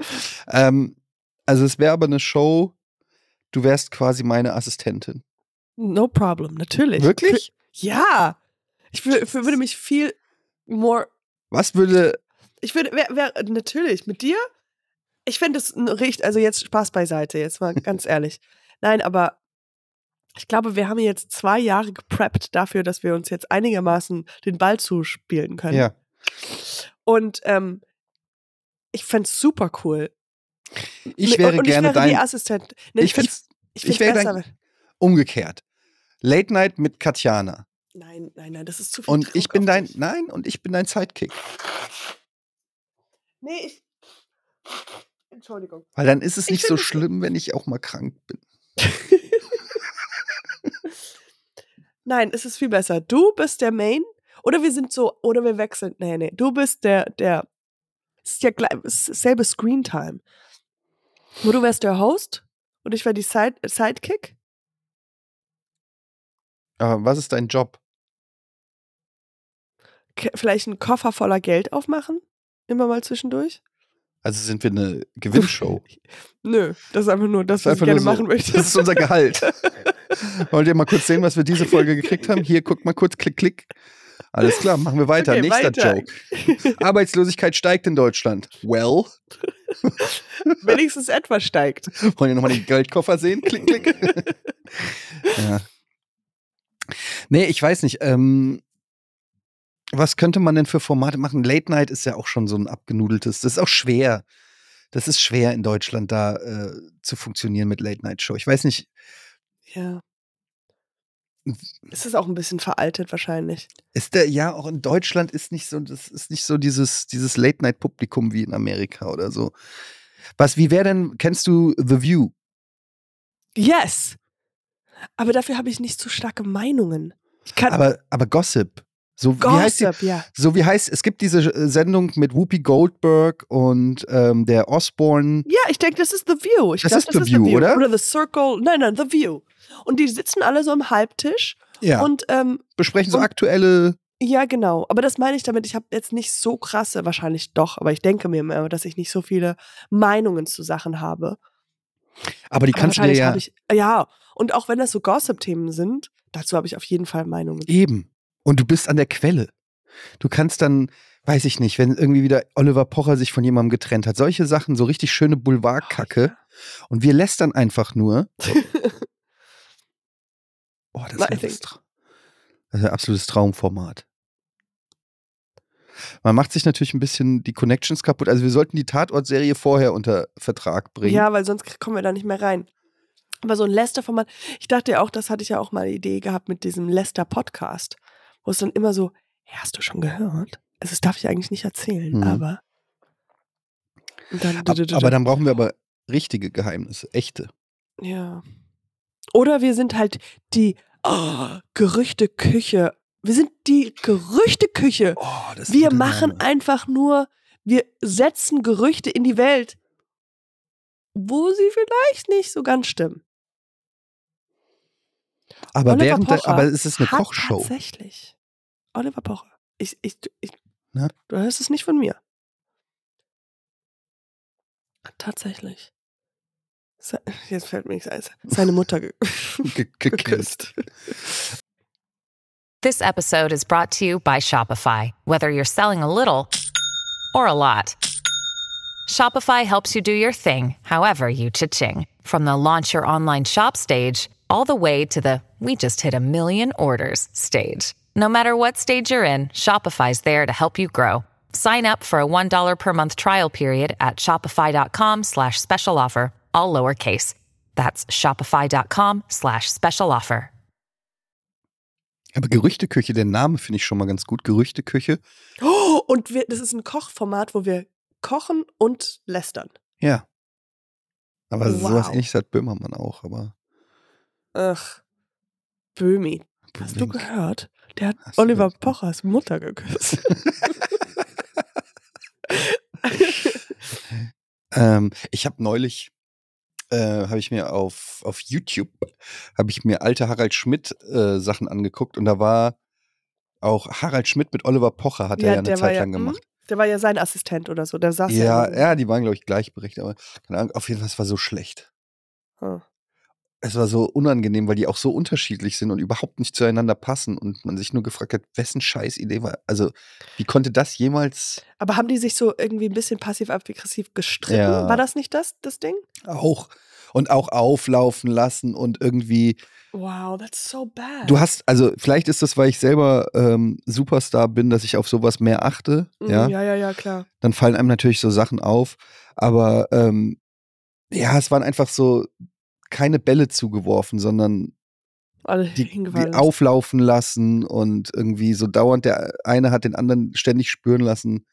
Speaker 2: ähm, also, es wäre aber eine Show, du wärst quasi meine Assistentin.
Speaker 1: No problem, natürlich.
Speaker 2: Wirklich?
Speaker 1: Für, ja. Ich wür- für, würde mich viel more.
Speaker 2: Was würde
Speaker 1: Ich würde, wär, wär, natürlich, mit dir. Ich fände es richtig, also jetzt Spaß beiseite, jetzt mal ganz ehrlich. Nein, aber ich glaube, wir haben jetzt zwei Jahre gepreppt dafür, dass wir uns jetzt einigermaßen den Ball zuspielen können.
Speaker 2: Ja.
Speaker 1: Und ähm, ich fänd's super cool.
Speaker 2: Ich
Speaker 1: Und-
Speaker 2: wäre
Speaker 1: und
Speaker 2: gerne
Speaker 1: ich wäre die
Speaker 2: dein.
Speaker 1: Assistent. Nee,
Speaker 2: Ich find's
Speaker 1: ich
Speaker 2: ich wäre dein-
Speaker 1: wenn-
Speaker 2: umgekehrt. Late Night mit Katjana.
Speaker 1: Nein, nein, nein, das ist zu viel.
Speaker 2: Und
Speaker 1: Druck
Speaker 2: ich bin
Speaker 1: auf
Speaker 2: dein.
Speaker 1: mich.
Speaker 2: Nein, und ich bin dein Sidekick.
Speaker 1: Nee, ich. Entschuldigung.
Speaker 2: Weil dann ist es
Speaker 1: Ich
Speaker 2: nicht so
Speaker 1: finde-
Speaker 2: schlimm, wenn ich auch mal krank bin.
Speaker 1: Nein, es ist viel besser. Du bist der Main oder wir sind so, oder wir wechseln. Nee, nee, du bist der, der. Es ist ja gleich, es ist selbe Screentime. Wo du wärst der Host und ich wäre die Side, Sidekick.
Speaker 2: Aber was ist dein Job?
Speaker 1: Ke- Vielleicht einen Koffer voller Geld aufmachen. Immer mal zwischendurch.
Speaker 2: Also sind wir eine Gewinnshow.
Speaker 1: Nö, das ist einfach nur das, was ich
Speaker 2: einfach
Speaker 1: gerne
Speaker 2: nur so,
Speaker 1: machen möchte.
Speaker 2: Das ist unser Gehalt. Wollt ihr mal kurz sehen, was wir diese Folge gekriegt haben? Hier, guckt mal kurz, klick, klick. Alles klar, machen wir weiter.
Speaker 1: Okay,
Speaker 2: Nächster
Speaker 1: weiter.
Speaker 2: Joke. Arbeitslosigkeit steigt in Deutschland. Well,
Speaker 1: wenigstens etwas steigt.
Speaker 2: wollen ihr nochmal den Geldkoffer sehen? Klick, klick. ja. Nee, ich weiß nicht. Ähm, was könnte man denn für Formate machen? Late Night ist ja auch schon so ein abgenudeltes. Das ist auch schwer. Das ist schwer in Deutschland da äh, zu funktionieren mit Late Night Show. Ich weiß nicht,
Speaker 1: Ja. Es ist auch ein bisschen veraltet wahrscheinlich.
Speaker 2: Ist der, ja, auch in Deutschland ist nicht so, das ist nicht so dieses, dieses Late-Night-Publikum wie in Amerika oder so. Was, wie wäre denn, kennst du The View?
Speaker 1: Yes! Aber dafür habe ich nicht so starke Meinungen. Ich kann
Speaker 2: Aber, aber Gossip. So, Wie heißt die,
Speaker 1: Gossip, ja.
Speaker 2: so wie heißt, es gibt diese äh, Sendung mit Whoopi Goldberg und ähm, der Osborne.
Speaker 1: Ja, ich denke, das ist The View. Ich
Speaker 2: Das
Speaker 1: glaub,
Speaker 2: ist The View, oder?
Speaker 1: Oder The Circle. Nein, nein, The View. Und die sitzen alle so am Halbtisch
Speaker 2: Ja. Und
Speaker 1: und ähm,
Speaker 2: besprechen so
Speaker 1: und-
Speaker 2: aktuelle.
Speaker 1: ja, genau. Aber das meine ich damit. Ich habe jetzt nicht so krasse, wahrscheinlich doch, aber ich denke mir immer, dass ich nicht so viele Meinungen zu Sachen habe.
Speaker 2: Aber die
Speaker 1: Aber
Speaker 2: kannst du dir
Speaker 1: wahrscheinlich
Speaker 2: ja
Speaker 1: hab Ich, ja, und auch wenn das so Gossip-Themen sind, dazu habe ich auf jeden Fall Meinungen.
Speaker 2: eben. Und du bist an der Quelle. Du kannst dann, weiß ich nicht, wenn irgendwie wieder Oliver Pocher sich von jemandem getrennt hat, solche Sachen, so richtig schöne Boulevardkacke. Und wir lästern einfach nur. oh, das
Speaker 1: Na,
Speaker 2: ist, ein
Speaker 1: I think-
Speaker 2: Tra- das ist ein absolutes Traumformat. Man macht sich natürlich ein bisschen die Connections kaputt. Also wir sollten die Tatort-Serie vorher unter Vertrag bringen.
Speaker 1: Ja, weil sonst kommen wir da nicht mehr rein. Aber so ein Lester-Format, ich dachte ja auch, das hatte ich ja auch mal eine Idee gehabt mit diesem Lester-Podcast, wo es dann immer so, ja, hast du schon gehört? Also das darf ich eigentlich nicht erzählen,
Speaker 2: Mhm.
Speaker 1: aber. Und dann,
Speaker 2: Ab- Aber dann brauchen wir aber richtige Geheimnisse, echte.
Speaker 1: ja. Oder wir sind halt die oh, Gerüchteküche. Wir sind die Gerüchteküche.
Speaker 2: Oh, das
Speaker 1: Wir machen einfach nur, wir setzen Gerüchte in die Welt, wo sie vielleicht nicht so ganz stimmen.
Speaker 2: aber
Speaker 1: Oliver
Speaker 2: während der,
Speaker 1: Pocher
Speaker 2: aber es ist eine
Speaker 1: hat
Speaker 2: Kochshow.
Speaker 1: Tatsächlich. Oliver Pocher. Ich, ich, ich,
Speaker 2: Na?
Speaker 1: Du hörst es nicht von mir. Tatsächlich. Se- Jetzt fällt mir nichts ein. Seine Mutter ge
Speaker 2: Ge-
Speaker 1: geküsst.
Speaker 3: This episode is brought to you by Shopify. Whether you're selling a little or a lot, Shopify helps you do your thing, however you cha-ching. From the launch your online shop stage, all the way to the we just hit a million orders stage. No matter what stage you're in, Shopify's there to help you grow. Sign up for a $1 per month trial period at shopify.com slash special offer, all lowercase. That's shopify.com slash special offer.
Speaker 2: Aber Gerüchteküche, der Name finde ich schon mal ganz gut. Gerüchteküche.
Speaker 1: Oh, und wir, das ist ein Kochformat, wo wir kochen und lästern.
Speaker 2: Ja. Aber sowas
Speaker 1: Wow.
Speaker 2: ähnliches hat Böhmermann auch, aber.
Speaker 1: Ach, Böhmi. Hast du
Speaker 2: Blink.
Speaker 1: gehört? Der hat
Speaker 2: Hast du
Speaker 1: Oliver
Speaker 2: gehört?
Speaker 1: Pochers Mutter geküsst.
Speaker 2: ähm, ich habe neulich, äh, habe ich mir auf, auf YouTube, habe ich mir alte Harald Schmidt äh, Sachen angeguckt und da war auch Harald Schmidt mit Oliver Pocher, hat er
Speaker 1: Ja,
Speaker 2: ja eine
Speaker 1: der war
Speaker 2: Zeit
Speaker 1: ja-
Speaker 2: lang
Speaker 1: mhm.
Speaker 2: gemacht.
Speaker 1: Der war ja sein Assistent oder so. Der saß ja.
Speaker 2: Ja, ja, die waren, glaube ich, gleichberechtigt, aber keine Ahnung, auf jeden Fall, es war so schlecht.
Speaker 1: Hm.
Speaker 2: Es war so unangenehm, weil die auch so unterschiedlich sind und überhaupt nicht zueinander passen und man sich nur gefragt hat, wessen Scheißidee war. Also, wie konnte das jemals
Speaker 1: Aber haben die sich so irgendwie ein bisschen passiv-aggressiv gestritten?
Speaker 2: Ja.
Speaker 1: War das nicht das, das Ding?
Speaker 2: auch und auch auflaufen lassen und irgendwie
Speaker 1: Wow, that's so bad.
Speaker 2: Du hast, also vielleicht ist das, weil ich selber ähm, Superstar bin, dass ich auf sowas mehr achte.
Speaker 1: Mhm,
Speaker 2: ja?
Speaker 1: ja, ja, ja, klar.
Speaker 2: Dann fallen einem natürlich so Sachen auf. Aber ähm, ja, es waren einfach so keine Bälle zugeworfen, sondern
Speaker 1: Alle
Speaker 2: die,
Speaker 1: hingefallen.
Speaker 2: die auflaufen lassen und irgendwie so dauernd der eine hat den anderen ständig spüren lassen.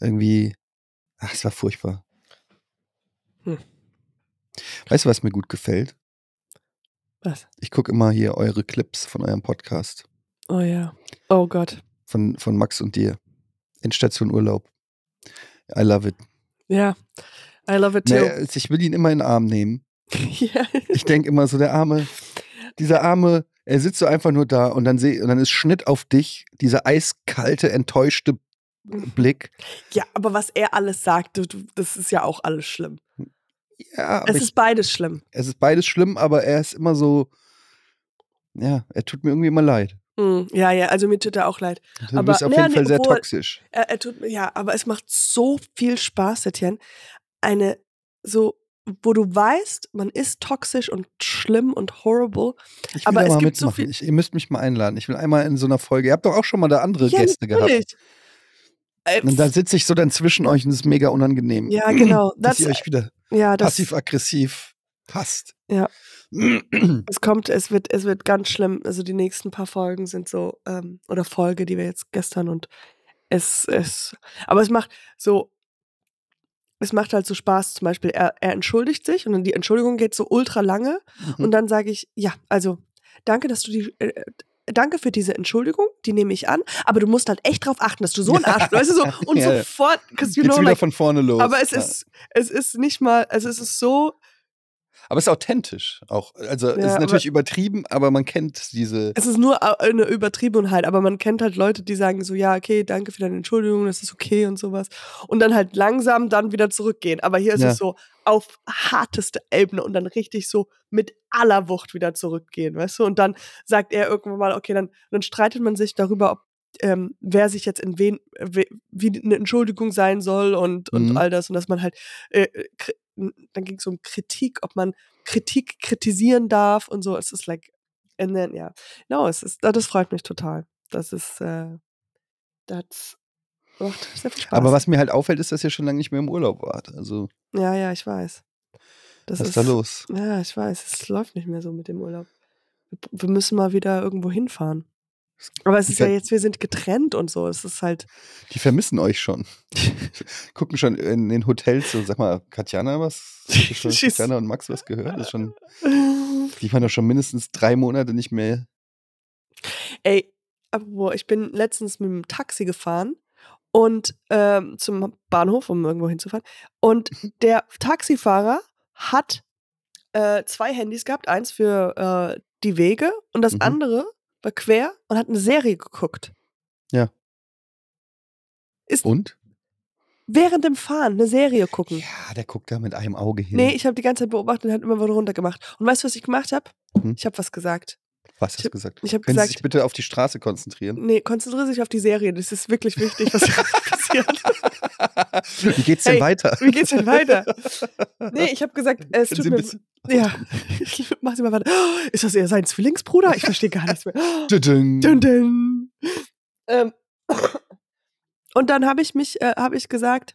Speaker 2: Irgendwie, ach, es war furchtbar.
Speaker 1: Hm.
Speaker 2: Weißt du, was mir gut gefällt?
Speaker 1: Was?
Speaker 2: Ich gucke immer hier eure Clips von eurem Podcast.
Speaker 1: Oh ja. Oh Gott.
Speaker 2: von, von Max und dir. Endstation Urlaub. I love it.
Speaker 1: Ja. I love it too.
Speaker 2: Nee, ich will ihn immer in den Arm nehmen.
Speaker 1: ja.
Speaker 2: Ich denke immer so, der Arme, dieser Arme, er sitzt so einfach nur da und dann, seh, und dann ist Schnitt auf dich, dieser eiskalte, enttäuschte Blick.
Speaker 1: ja, aber was er alles sagt, du, du, das ist ja auch alles schlimm.
Speaker 2: Ja, aber
Speaker 1: Es
Speaker 2: ich,
Speaker 1: ist beides schlimm.
Speaker 2: es ist beides schlimm, aber er ist immer so, ja, er tut mir irgendwie immer leid.
Speaker 1: Mhm. Ja, ja, also mir tut er auch leid.
Speaker 2: Du
Speaker 1: Aber-
Speaker 2: bist auf
Speaker 1: nee,
Speaker 2: jeden
Speaker 1: nee,
Speaker 2: Fall sehr
Speaker 1: obwohl-
Speaker 2: toxisch.
Speaker 1: Er, er tut mir, ja, aber es macht so viel Spaß, Etienne. Eine, so, wo du weißt, man ist toxisch und schlimm und horrible.
Speaker 2: Ich will
Speaker 1: aber
Speaker 2: da
Speaker 1: es
Speaker 2: mal
Speaker 1: gibt so
Speaker 2: mitmachen.
Speaker 1: viel-
Speaker 2: ich, ihr müsst mich mal einladen. Ich will einmal in so einer Folge, ihr habt doch auch schon mal da andere Gäste gehabt.
Speaker 1: Äh,
Speaker 2: Und da sitze ich so dann zwischen euch und das ist mega unangenehm.
Speaker 1: ja, genau.
Speaker 2: Dass
Speaker 1: Das,
Speaker 2: ihr euch wieder
Speaker 1: ja, das,
Speaker 2: passiv-aggressiv hasst.
Speaker 1: Ja.
Speaker 2: Wie
Speaker 1: es kommt, es wird, es wird ganz schlimm. Also die nächsten paar Folgen sind so, ähm, oder Folge, die wir jetzt gestern und es, es, aber es macht so, es macht halt so Spaß. Zum Beispiel, er, er entschuldigt sich und dann die Entschuldigung geht so ultra lange
Speaker 2: Mhm.
Speaker 1: und dann sage ich, ja, also danke, dass du die, äh, Danke für diese Entschuldigung, die nehme ich an, aber du musst halt echt drauf achten, dass du so ein Arsch bist, weißt du, so, und
Speaker 2: Ja, ja.
Speaker 1: sofort, because you
Speaker 2: Geht's
Speaker 1: know,
Speaker 2: wieder
Speaker 1: like,
Speaker 2: von vorne los. ne?
Speaker 1: aber es
Speaker 2: Ja.
Speaker 1: ist, es ist nicht mal, also es ist so,
Speaker 2: aber es ist authentisch auch. Also es
Speaker 1: Ja,
Speaker 2: ist
Speaker 1: aber-
Speaker 2: natürlich übertrieben, aber man kennt diese.
Speaker 1: Es ist nur au- eine Übertriebenheit, aber man kennt halt Leute, die sagen so, ja, okay, danke für deine Entschuldigung, das ist okay und sowas. Und dann halt langsam dann wieder zurückgehen. Aber hier ist
Speaker 2: Ja.
Speaker 1: es so auf harteste Ebene und dann richtig so mit aller Wucht wieder zurückgehen, weißt du? Und dann sagt er irgendwann mal, okay, dann, dann streitet man sich darüber, ob ähm, wer sich jetzt in wen, äh, we- wie eine Entschuldigung sein soll und, und
Speaker 2: Mhm.
Speaker 1: all das. Und dass man halt, äh, kri- dann ging es um Kritik, ob man Kritik kritisieren darf und so. Es ist like, and then, ja. No, es ist, das freut mich total. Das ist, äh, das macht sehr viel Spaß.
Speaker 2: Aber was mir halt auffällt, ist, dass ihr schon lange nicht mehr im Urlaub wart. Also
Speaker 1: Ja, ja, ich weiß. Das
Speaker 2: was ist da los?
Speaker 1: Ja, ich weiß. Es läuft nicht mehr so mit dem Urlaub. Wir- Wir müssen mal wieder irgendwo hinfahren. Aber es ist ja
Speaker 2: Okay.
Speaker 1: jetzt, wir sind getrennt und so. Es ist halt,
Speaker 2: Die vermissen euch schon. Gucken schon in den Hotels so, sag mal, Katjana was? Hast du schon
Speaker 1: Schieß.
Speaker 2: Katjana und Max was gehört? Das ist schon, die waren doch schon mindestens drei Monate nicht mehr.
Speaker 1: Ey, apropos, ich bin letztens mit dem Taxi gefahren und ähm, zum Bahnhof, um irgendwo hinzufahren. Und
Speaker 2: Mhm.
Speaker 1: der Taxifahrer hat äh, zwei Handys gehabt, eins für äh, die Wege und das
Speaker 2: Mhm.
Speaker 1: andere war quer und hat eine Serie geguckt.
Speaker 2: Und?
Speaker 1: während dem Fahren eine Serie gucken.
Speaker 2: Ja, der guckt da mit einem Auge hin.
Speaker 1: Nee, ich habe die ganze Zeit beobachtet und hat immer was runtergemacht. Und weißt du, was ich gemacht habe?
Speaker 2: Hm?
Speaker 1: Ich habe was gesagt.
Speaker 2: Was hast
Speaker 1: ich
Speaker 2: du
Speaker 1: hab-
Speaker 2: gesagt?
Speaker 1: Ich habe
Speaker 2: Können Sie
Speaker 1: gesagt,
Speaker 2: sich bitte auf die Straße konzentrieren?
Speaker 1: nee, konzentriere dich auf die Serie. Das ist wirklich wichtig, was gerade passiert.
Speaker 2: Wie geht's denn
Speaker 1: Hey,
Speaker 2: weiter?
Speaker 1: Wie geht's denn weiter? Nee, ich habe gesagt, äh, es tut
Speaker 2: Können Sie ein
Speaker 1: mir.
Speaker 2: bisschen-
Speaker 1: Ja, ich mach sie mal weiter. Oh, Ist das eher sein Zwillingsbruder? Ich verstehe gar nichts mehr.
Speaker 2: Tüdüng.
Speaker 1: Dun, dun. Ähm. Und dann habe ich mich, äh, habe ich gesagt,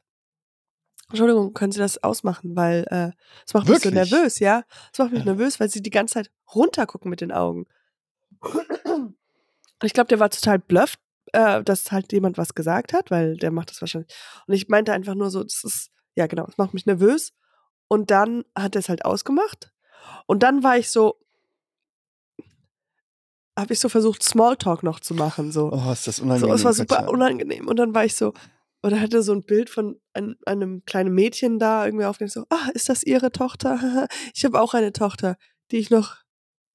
Speaker 1: Entschuldigung, können Sie das ausmachen, weil äh, es macht mich
Speaker 2: Wirklich?
Speaker 1: so nervös, ja? Es macht mich nervös, weil Sie die ganze Zeit runtergucken mit den Augen. Und ich glaube, der war total blufft, äh, dass halt jemand was gesagt hat, weil der macht das wahrscheinlich. Und ich meinte einfach nur so, das ist, ja genau, es macht mich nervös. Und dann hat er es halt ausgemacht. Und dann war ich so, habe ich so versucht, Smalltalk noch zu machen, so.
Speaker 2: Oh, ist das
Speaker 1: So,
Speaker 2: unangenehm.
Speaker 1: es war super
Speaker 2: Katja.
Speaker 1: unangenehm. Und dann war ich so, oder hatte so ein Bild von ein, einem kleinen Mädchen da irgendwie aufgenommen, so, ah, ist das ihre Tochter? ich habe auch eine Tochter, die ich noch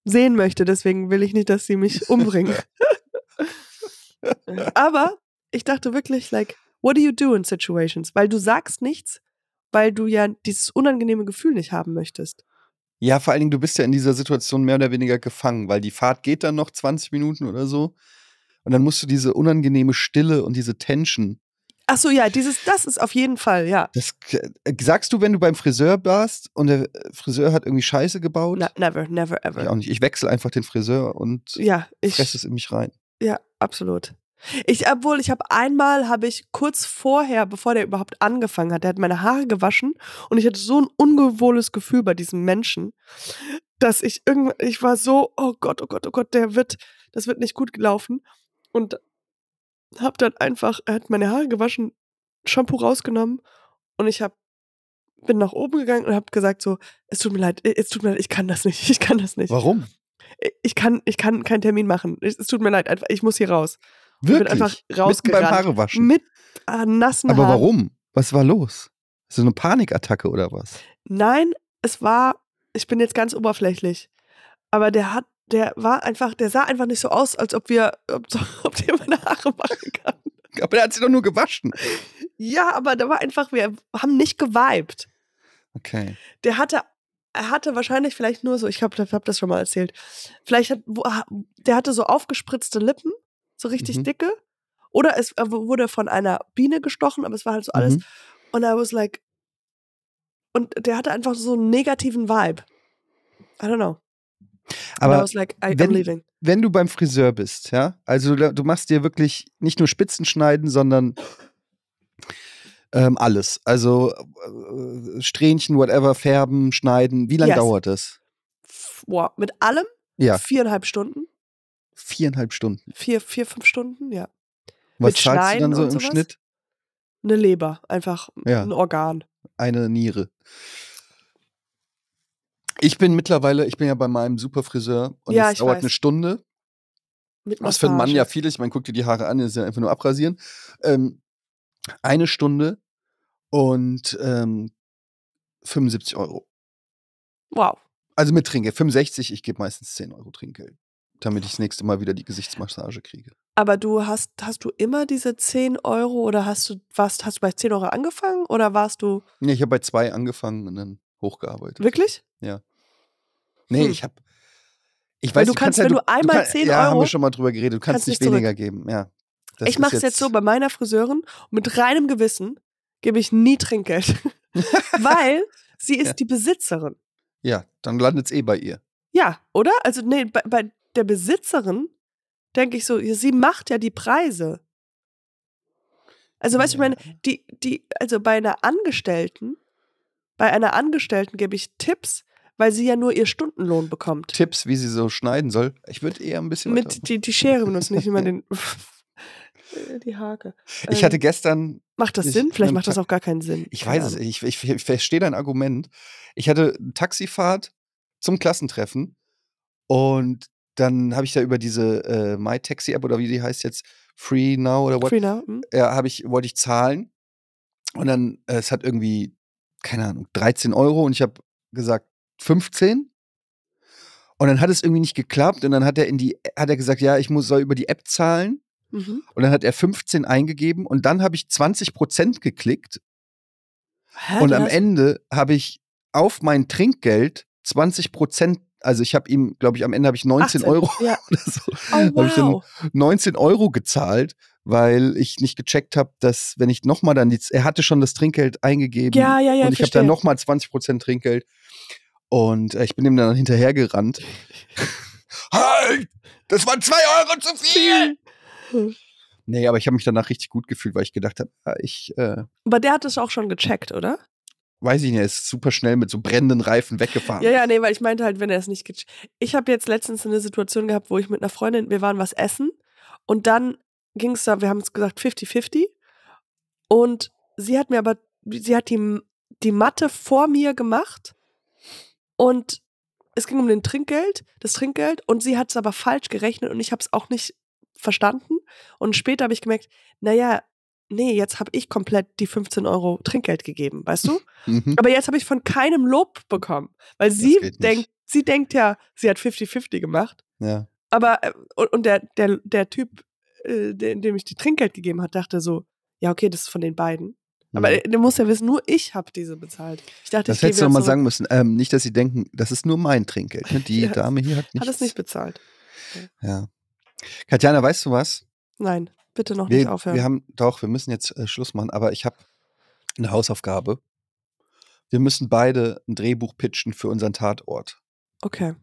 Speaker 1: sehen möchte, deswegen will ich nicht, dass sie mich umbringt. Aber ich dachte wirklich, like, what do you do in situations? Weil du sagst nichts, weil du ja dieses unangenehme Gefühl nicht haben möchtest.
Speaker 2: Ja, vor allen Dingen, du bist ja in dieser Situation mehr oder weniger gefangen, weil die Fahrt geht dann noch 20 Minuten oder so. Und dann musst du diese unangenehme Stille und diese Tension.
Speaker 1: Ach so, ja, dieses, das ist auf jeden Fall, ja.
Speaker 2: Das äh, sagst du, wenn du beim Friseur warst und der äh, Friseur hat irgendwie Scheiße gebaut?
Speaker 1: Na, Ne, never, never,
Speaker 2: Ich
Speaker 1: ever.
Speaker 2: auch nicht. Ich wechsle einfach den Friseur und
Speaker 1: Ja, ich.
Speaker 2: fresse es in mich rein.
Speaker 1: Ja, absolut. Ich, obwohl, ich habe einmal, habe ich kurz vorher, bevor der überhaupt angefangen hat, der hat meine Haare gewaschen und ich hatte so ein ungewohles Gefühl bei diesem Menschen, dass ich irgendwann, ich war so, oh Gott, oh Gott, oh Gott, der wird, das wird nicht gut gelaufen und habe dann einfach, er hat meine Haare gewaschen, Shampoo rausgenommen und ich habe bin nach oben gegangen und habe gesagt so, es tut mir leid, es tut mir leid, ich kann das nicht, ich kann das nicht
Speaker 2: Warum?
Speaker 1: ich kann, ich kann keinen Termin machen. Es, es tut mir leid, einfach, ich muss hier raus. Ich
Speaker 2: Wirklich?
Speaker 1: bin einfach
Speaker 2: Mitten beim
Speaker 1: rausgerannt.
Speaker 2: Haare waschen.
Speaker 1: Mit äh, nassen
Speaker 2: Aber
Speaker 1: Haaren.
Speaker 2: warum? Was war los? So eine Panikattacke oder was?
Speaker 1: Nein, es war, ich bin jetzt ganz oberflächlich, aber der hat, der war einfach, der sah einfach nicht so aus, als ob wir, ob, ob der meine Haare machen kann.
Speaker 2: Aber der hat sie doch nur gewaschen.
Speaker 1: Ja, aber da war einfach, wir haben nicht geweibt.
Speaker 2: Okay.
Speaker 1: der hatte, er hatte wahrscheinlich vielleicht nur so, ich glaube, ich habe das schon mal erzählt. Vielleicht hat, wo- ha- der hatte so aufgespritzte Lippen, so richtig
Speaker 2: Mhm.
Speaker 1: dicke. Oder es äh, wurde von einer Biene gestochen, aber es war halt so alles.
Speaker 2: Mhm.
Speaker 1: Und I was like, und der hatte einfach so einen negativen Vibe. I don't know. and I
Speaker 2: Aber
Speaker 1: was like, I,
Speaker 2: wenn-
Speaker 1: I'm leaving.
Speaker 2: wenn du beim Friseur bist, ja, also du, du machst dir wirklich nicht nur Spitzen schneiden, sondern ähm, alles. Also äh, Strähnchen, whatever, färben, schneiden. Wie lange
Speaker 1: Yes.
Speaker 2: dauert das?
Speaker 1: F- Wow. Mit allem
Speaker 2: Ja,
Speaker 1: viereinhalb Stunden,
Speaker 2: viereinhalb Stunden.
Speaker 1: vier, vier, fünf Stunden, ja.
Speaker 2: Was
Speaker 1: Mit
Speaker 2: zahlst du
Speaker 1: Schneiden
Speaker 2: dann so
Speaker 1: und
Speaker 2: im
Speaker 1: sowas?
Speaker 2: Schnitt?
Speaker 1: Eine Leber, einfach
Speaker 2: Ja.
Speaker 1: ein Organ.
Speaker 2: Eine Niere. Ich bin mittlerweile, ich bin ja bei meinem Superfriseur und
Speaker 1: Ja,
Speaker 2: es
Speaker 1: ich
Speaker 2: dauert
Speaker 1: weiß.
Speaker 2: eine Stunde.
Speaker 1: Mit
Speaker 2: Was für einen Mann
Speaker 1: Massage.
Speaker 2: ja viel ist. Ich meine, guck dir die Haare an, das ist ja einfach nur abrasieren. Ähm, eine Stunde und ähm, 75 Euro.
Speaker 1: Wow.
Speaker 2: Also mit Trinkgeld. 65, ich gebe meistens 10 Euro Trinkgeld. Damit ich das nächste Mal wieder die Gesichtsmassage kriege.
Speaker 1: Aber du hast, hast du immer diese 10 Euro oder hast du, warst, hast du bei 10 Euro angefangen oder warst du
Speaker 2: Nee, ich habe bei zwei angefangen und dann hochgearbeitet.
Speaker 1: wirklich?
Speaker 2: Nee,
Speaker 1: Hm.
Speaker 2: ich habe. Ich
Speaker 1: Weil
Speaker 2: weiß,
Speaker 1: du kannst, wenn
Speaker 2: ja,
Speaker 1: du einmal 10
Speaker 2: ja, haben
Speaker 1: Euro-
Speaker 2: wir schon mal drüber geredet. Du kannst,
Speaker 1: kannst
Speaker 2: nicht
Speaker 1: nicht zurück.
Speaker 2: weniger geben, ja. Das
Speaker 1: ich
Speaker 2: ist
Speaker 1: mache es jetzt so bei meiner Friseurin und mit reinem Gewissen gebe ich nie Trinkgeld. Weil sie ist
Speaker 2: Ja.
Speaker 1: die Besitzerin.
Speaker 2: Ja, dann landet's eh bei ihr.
Speaker 1: Ja, oder? Also, nee, bei, bei der Besitzerin denke ich so, ja, sie macht ja die Preise. Also, weißt du, ich meine, die, die, also bei einer Angestellten, bei einer Angestellten gebe ich Tipps, weil sie ja nur ihr Stundenlohn bekommt.
Speaker 2: Tipps, wie sie so schneiden soll. Ich würde eher ein bisschen. weiter-
Speaker 1: Mit die, die Schere benutzen, nicht immer den. die Hake.
Speaker 2: ich
Speaker 1: Ähm,
Speaker 2: hatte gestern
Speaker 1: macht das
Speaker 2: ich-
Speaker 1: Sinn? Vielleicht
Speaker 2: einen
Speaker 1: macht das
Speaker 2: Ta-
Speaker 1: auch gar keinen Sinn.
Speaker 2: Ich
Speaker 1: Keine
Speaker 2: weiß es,
Speaker 1: Ahnung.
Speaker 2: ich, ich, ich verstehe dein Argument. Ich hatte eine Taxifahrt zum Klassentreffen und dann habe ich da über diese äh, My Taxi App oder wie die heißt jetzt Free Now oder what?
Speaker 1: Frina, hm?
Speaker 2: Ja, habe ich wollte ich zahlen und dann äh, es hat irgendwie keine Ahnung 13 Euro und ich habe gesagt 15 und dann hat es irgendwie nicht geklappt und dann hat er in die hat er gesagt ja ich muss soll über die App zahlen
Speaker 1: Mhm.
Speaker 2: und dann hat er 15 eingegeben und dann habe ich 20 Prozent geklickt
Speaker 1: Hä,
Speaker 2: Und
Speaker 1: du
Speaker 2: am
Speaker 1: hast-
Speaker 2: Ende habe ich auf mein Trinkgeld 20 Prozent, also ich habe ihm, glaube ich, am Ende habe ich 19
Speaker 1: 18,
Speaker 2: Euro
Speaker 1: Ja.
Speaker 2: oder so,
Speaker 1: Oh,
Speaker 2: Hab ich dann-
Speaker 1: wow.
Speaker 2: 19 Euro gezahlt, weil ich nicht gecheckt habe, dass wenn ich nochmal dann, die, er hatte schon das Trinkgeld eingegeben
Speaker 1: Ja, ja, ja.
Speaker 2: und ich habe
Speaker 1: verstehe.
Speaker 2: dann nochmal 20 Prozent Trinkgeld und äh, ich bin ihm dann hinterhergerannt. halt! Das waren zwei Euro zu viel! Nee, aber ich habe mich danach richtig gut gefühlt, weil ich gedacht habe, ja, ich äh,
Speaker 1: Aber der hat es auch schon gecheckt, oder?
Speaker 2: weiß ich nicht, er ist super schnell mit so brennenden Reifen weggefahren.
Speaker 1: Ja, ja, nee, weil ich meinte halt, wenn er es nicht gecheckt. Ich habe jetzt letztens eine Situation gehabt, wo ich mit einer Freundin, wir waren was essen und dann ging es da, wir haben es gesagt 50-50 und sie hat mir aber, sie hat die, die Matte vor mir gemacht und es ging um den Trinkgeld, das Trinkgeld und sie hat es aber falsch gerechnet und ich habe es auch nicht verstanden und später habe ich gemerkt, naja, nee, jetzt habe ich komplett die 15 Euro Trinkgeld gegeben, weißt du?
Speaker 2: Mhm.
Speaker 1: Aber jetzt habe ich von keinem Lob bekommen, weil sie
Speaker 2: geht nicht.
Speaker 1: denkt, sie denkt ja, sie hat 50-50 gemacht.
Speaker 2: ja.
Speaker 1: Aber äh, und, und der, der, der Typ, äh, dem, dem ich die Trinkgeld gegeben hat, dachte so, ja, okay, das ist von den beiden. Aber
Speaker 2: Mhm.
Speaker 1: äh, du musst ja wissen, nur ich habe diese bezahlt. Ich dachte,
Speaker 2: das
Speaker 1: ich gebe
Speaker 2: hättest du
Speaker 1: jetzt
Speaker 2: doch mal
Speaker 1: zurück.
Speaker 2: sagen müssen. Ähm, nicht, dass sie denken, das ist nur mein Trinkgeld. Ne? Die
Speaker 1: Ja.
Speaker 2: Dame hier hat nichts.
Speaker 1: Hat es nicht bezahlt.
Speaker 2: Ja. Katjana, weißt du was?
Speaker 1: Nein, bitte noch nicht
Speaker 2: Wir,
Speaker 1: aufhören.
Speaker 2: wir haben doch, wir müssen jetzt äh, Schluss machen, aber ich habe eine Hausaufgabe. Wir müssen beide ein Drehbuch pitchen für unseren Tatort.
Speaker 1: okay.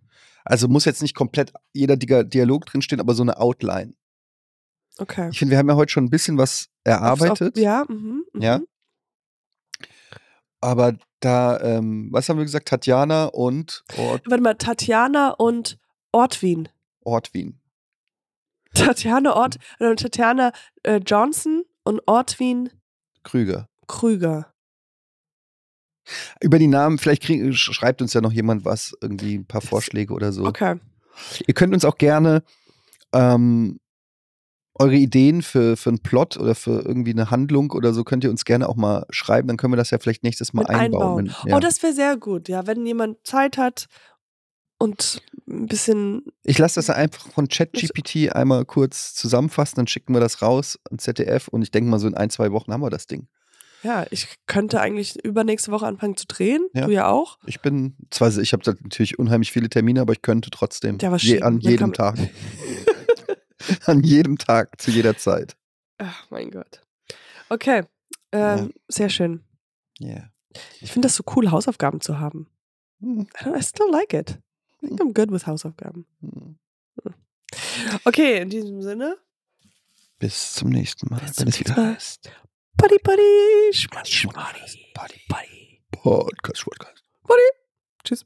Speaker 2: Also muss jetzt nicht komplett jeder Diga- Dialog drinstehen, aber so eine Outline.
Speaker 1: Okay.
Speaker 2: Ich finde, wir haben ja heute schon ein bisschen was erarbeitet.
Speaker 1: Auf- Ja, mhm, mhm.
Speaker 2: Ja. Aber da, ähm, was haben wir gesagt? Tatjana und Ort,
Speaker 1: Warte mal, Tatjana und Ortwin.
Speaker 2: Ortwin.
Speaker 1: Tatjana Ort, äh, Tatjana äh, Johnson und Ortwin
Speaker 2: Krüger.
Speaker 1: Krüger.
Speaker 2: Über die Namen, vielleicht krieg, sch- schreibt uns ja noch jemand was, irgendwie ein paar Vorschläge oder so.
Speaker 1: Okay.
Speaker 2: Ihr könnt uns auch gerne ähm, eure Ideen für, für einen Plot oder für irgendwie eine Handlung oder so könnt ihr uns gerne auch mal schreiben. Dann können wir das ja vielleicht nächstes Mal
Speaker 1: Mit
Speaker 2: einbauen.
Speaker 1: einbauen.
Speaker 2: Wenn- Ja.
Speaker 1: Oh, das wäre sehr gut, ja. Wenn jemand Zeit hat und ein bisschen.
Speaker 2: ich lasse das einfach von ChatGPT einmal kurz zusammenfassen, dann schicken wir das raus an ZDF und ich denke mal, so in ein, zwei Wochen haben wir das Ding.
Speaker 1: Ja, ich könnte eigentlich übernächste Woche anfangen zu drehen.
Speaker 2: Ja.
Speaker 1: Du ja auch.
Speaker 2: Ich bin, zwar, ich habe natürlich unheimlich viele Termine, aber ich könnte trotzdem
Speaker 1: Ja, was
Speaker 2: Hm. je,
Speaker 1: schieben.
Speaker 2: an
Speaker 1: Ja,
Speaker 2: jedem Tag. an jedem Tag, zu jeder Zeit.
Speaker 1: Ach, mein Gott. Okay. Ähm, Sehr schön.
Speaker 2: Yeah.
Speaker 1: Ich finde das so cool, Hausaufgaben zu haben.
Speaker 2: Hm,
Speaker 1: I don't- I still like it. I think I'm good with Hausaufgaben.
Speaker 2: hm.
Speaker 1: Okay, in diesem Sinne.
Speaker 2: Bis zum nächsten Mal,
Speaker 1: Bis zum
Speaker 2: wenn es wieder
Speaker 1: nächsten Mal.
Speaker 2: heißt.
Speaker 1: Buddy, buddy, schmadi,
Speaker 2: Schmadi,
Speaker 1: schmadi, buddy.
Speaker 2: Podcast, Podcast.
Speaker 1: Tschüss.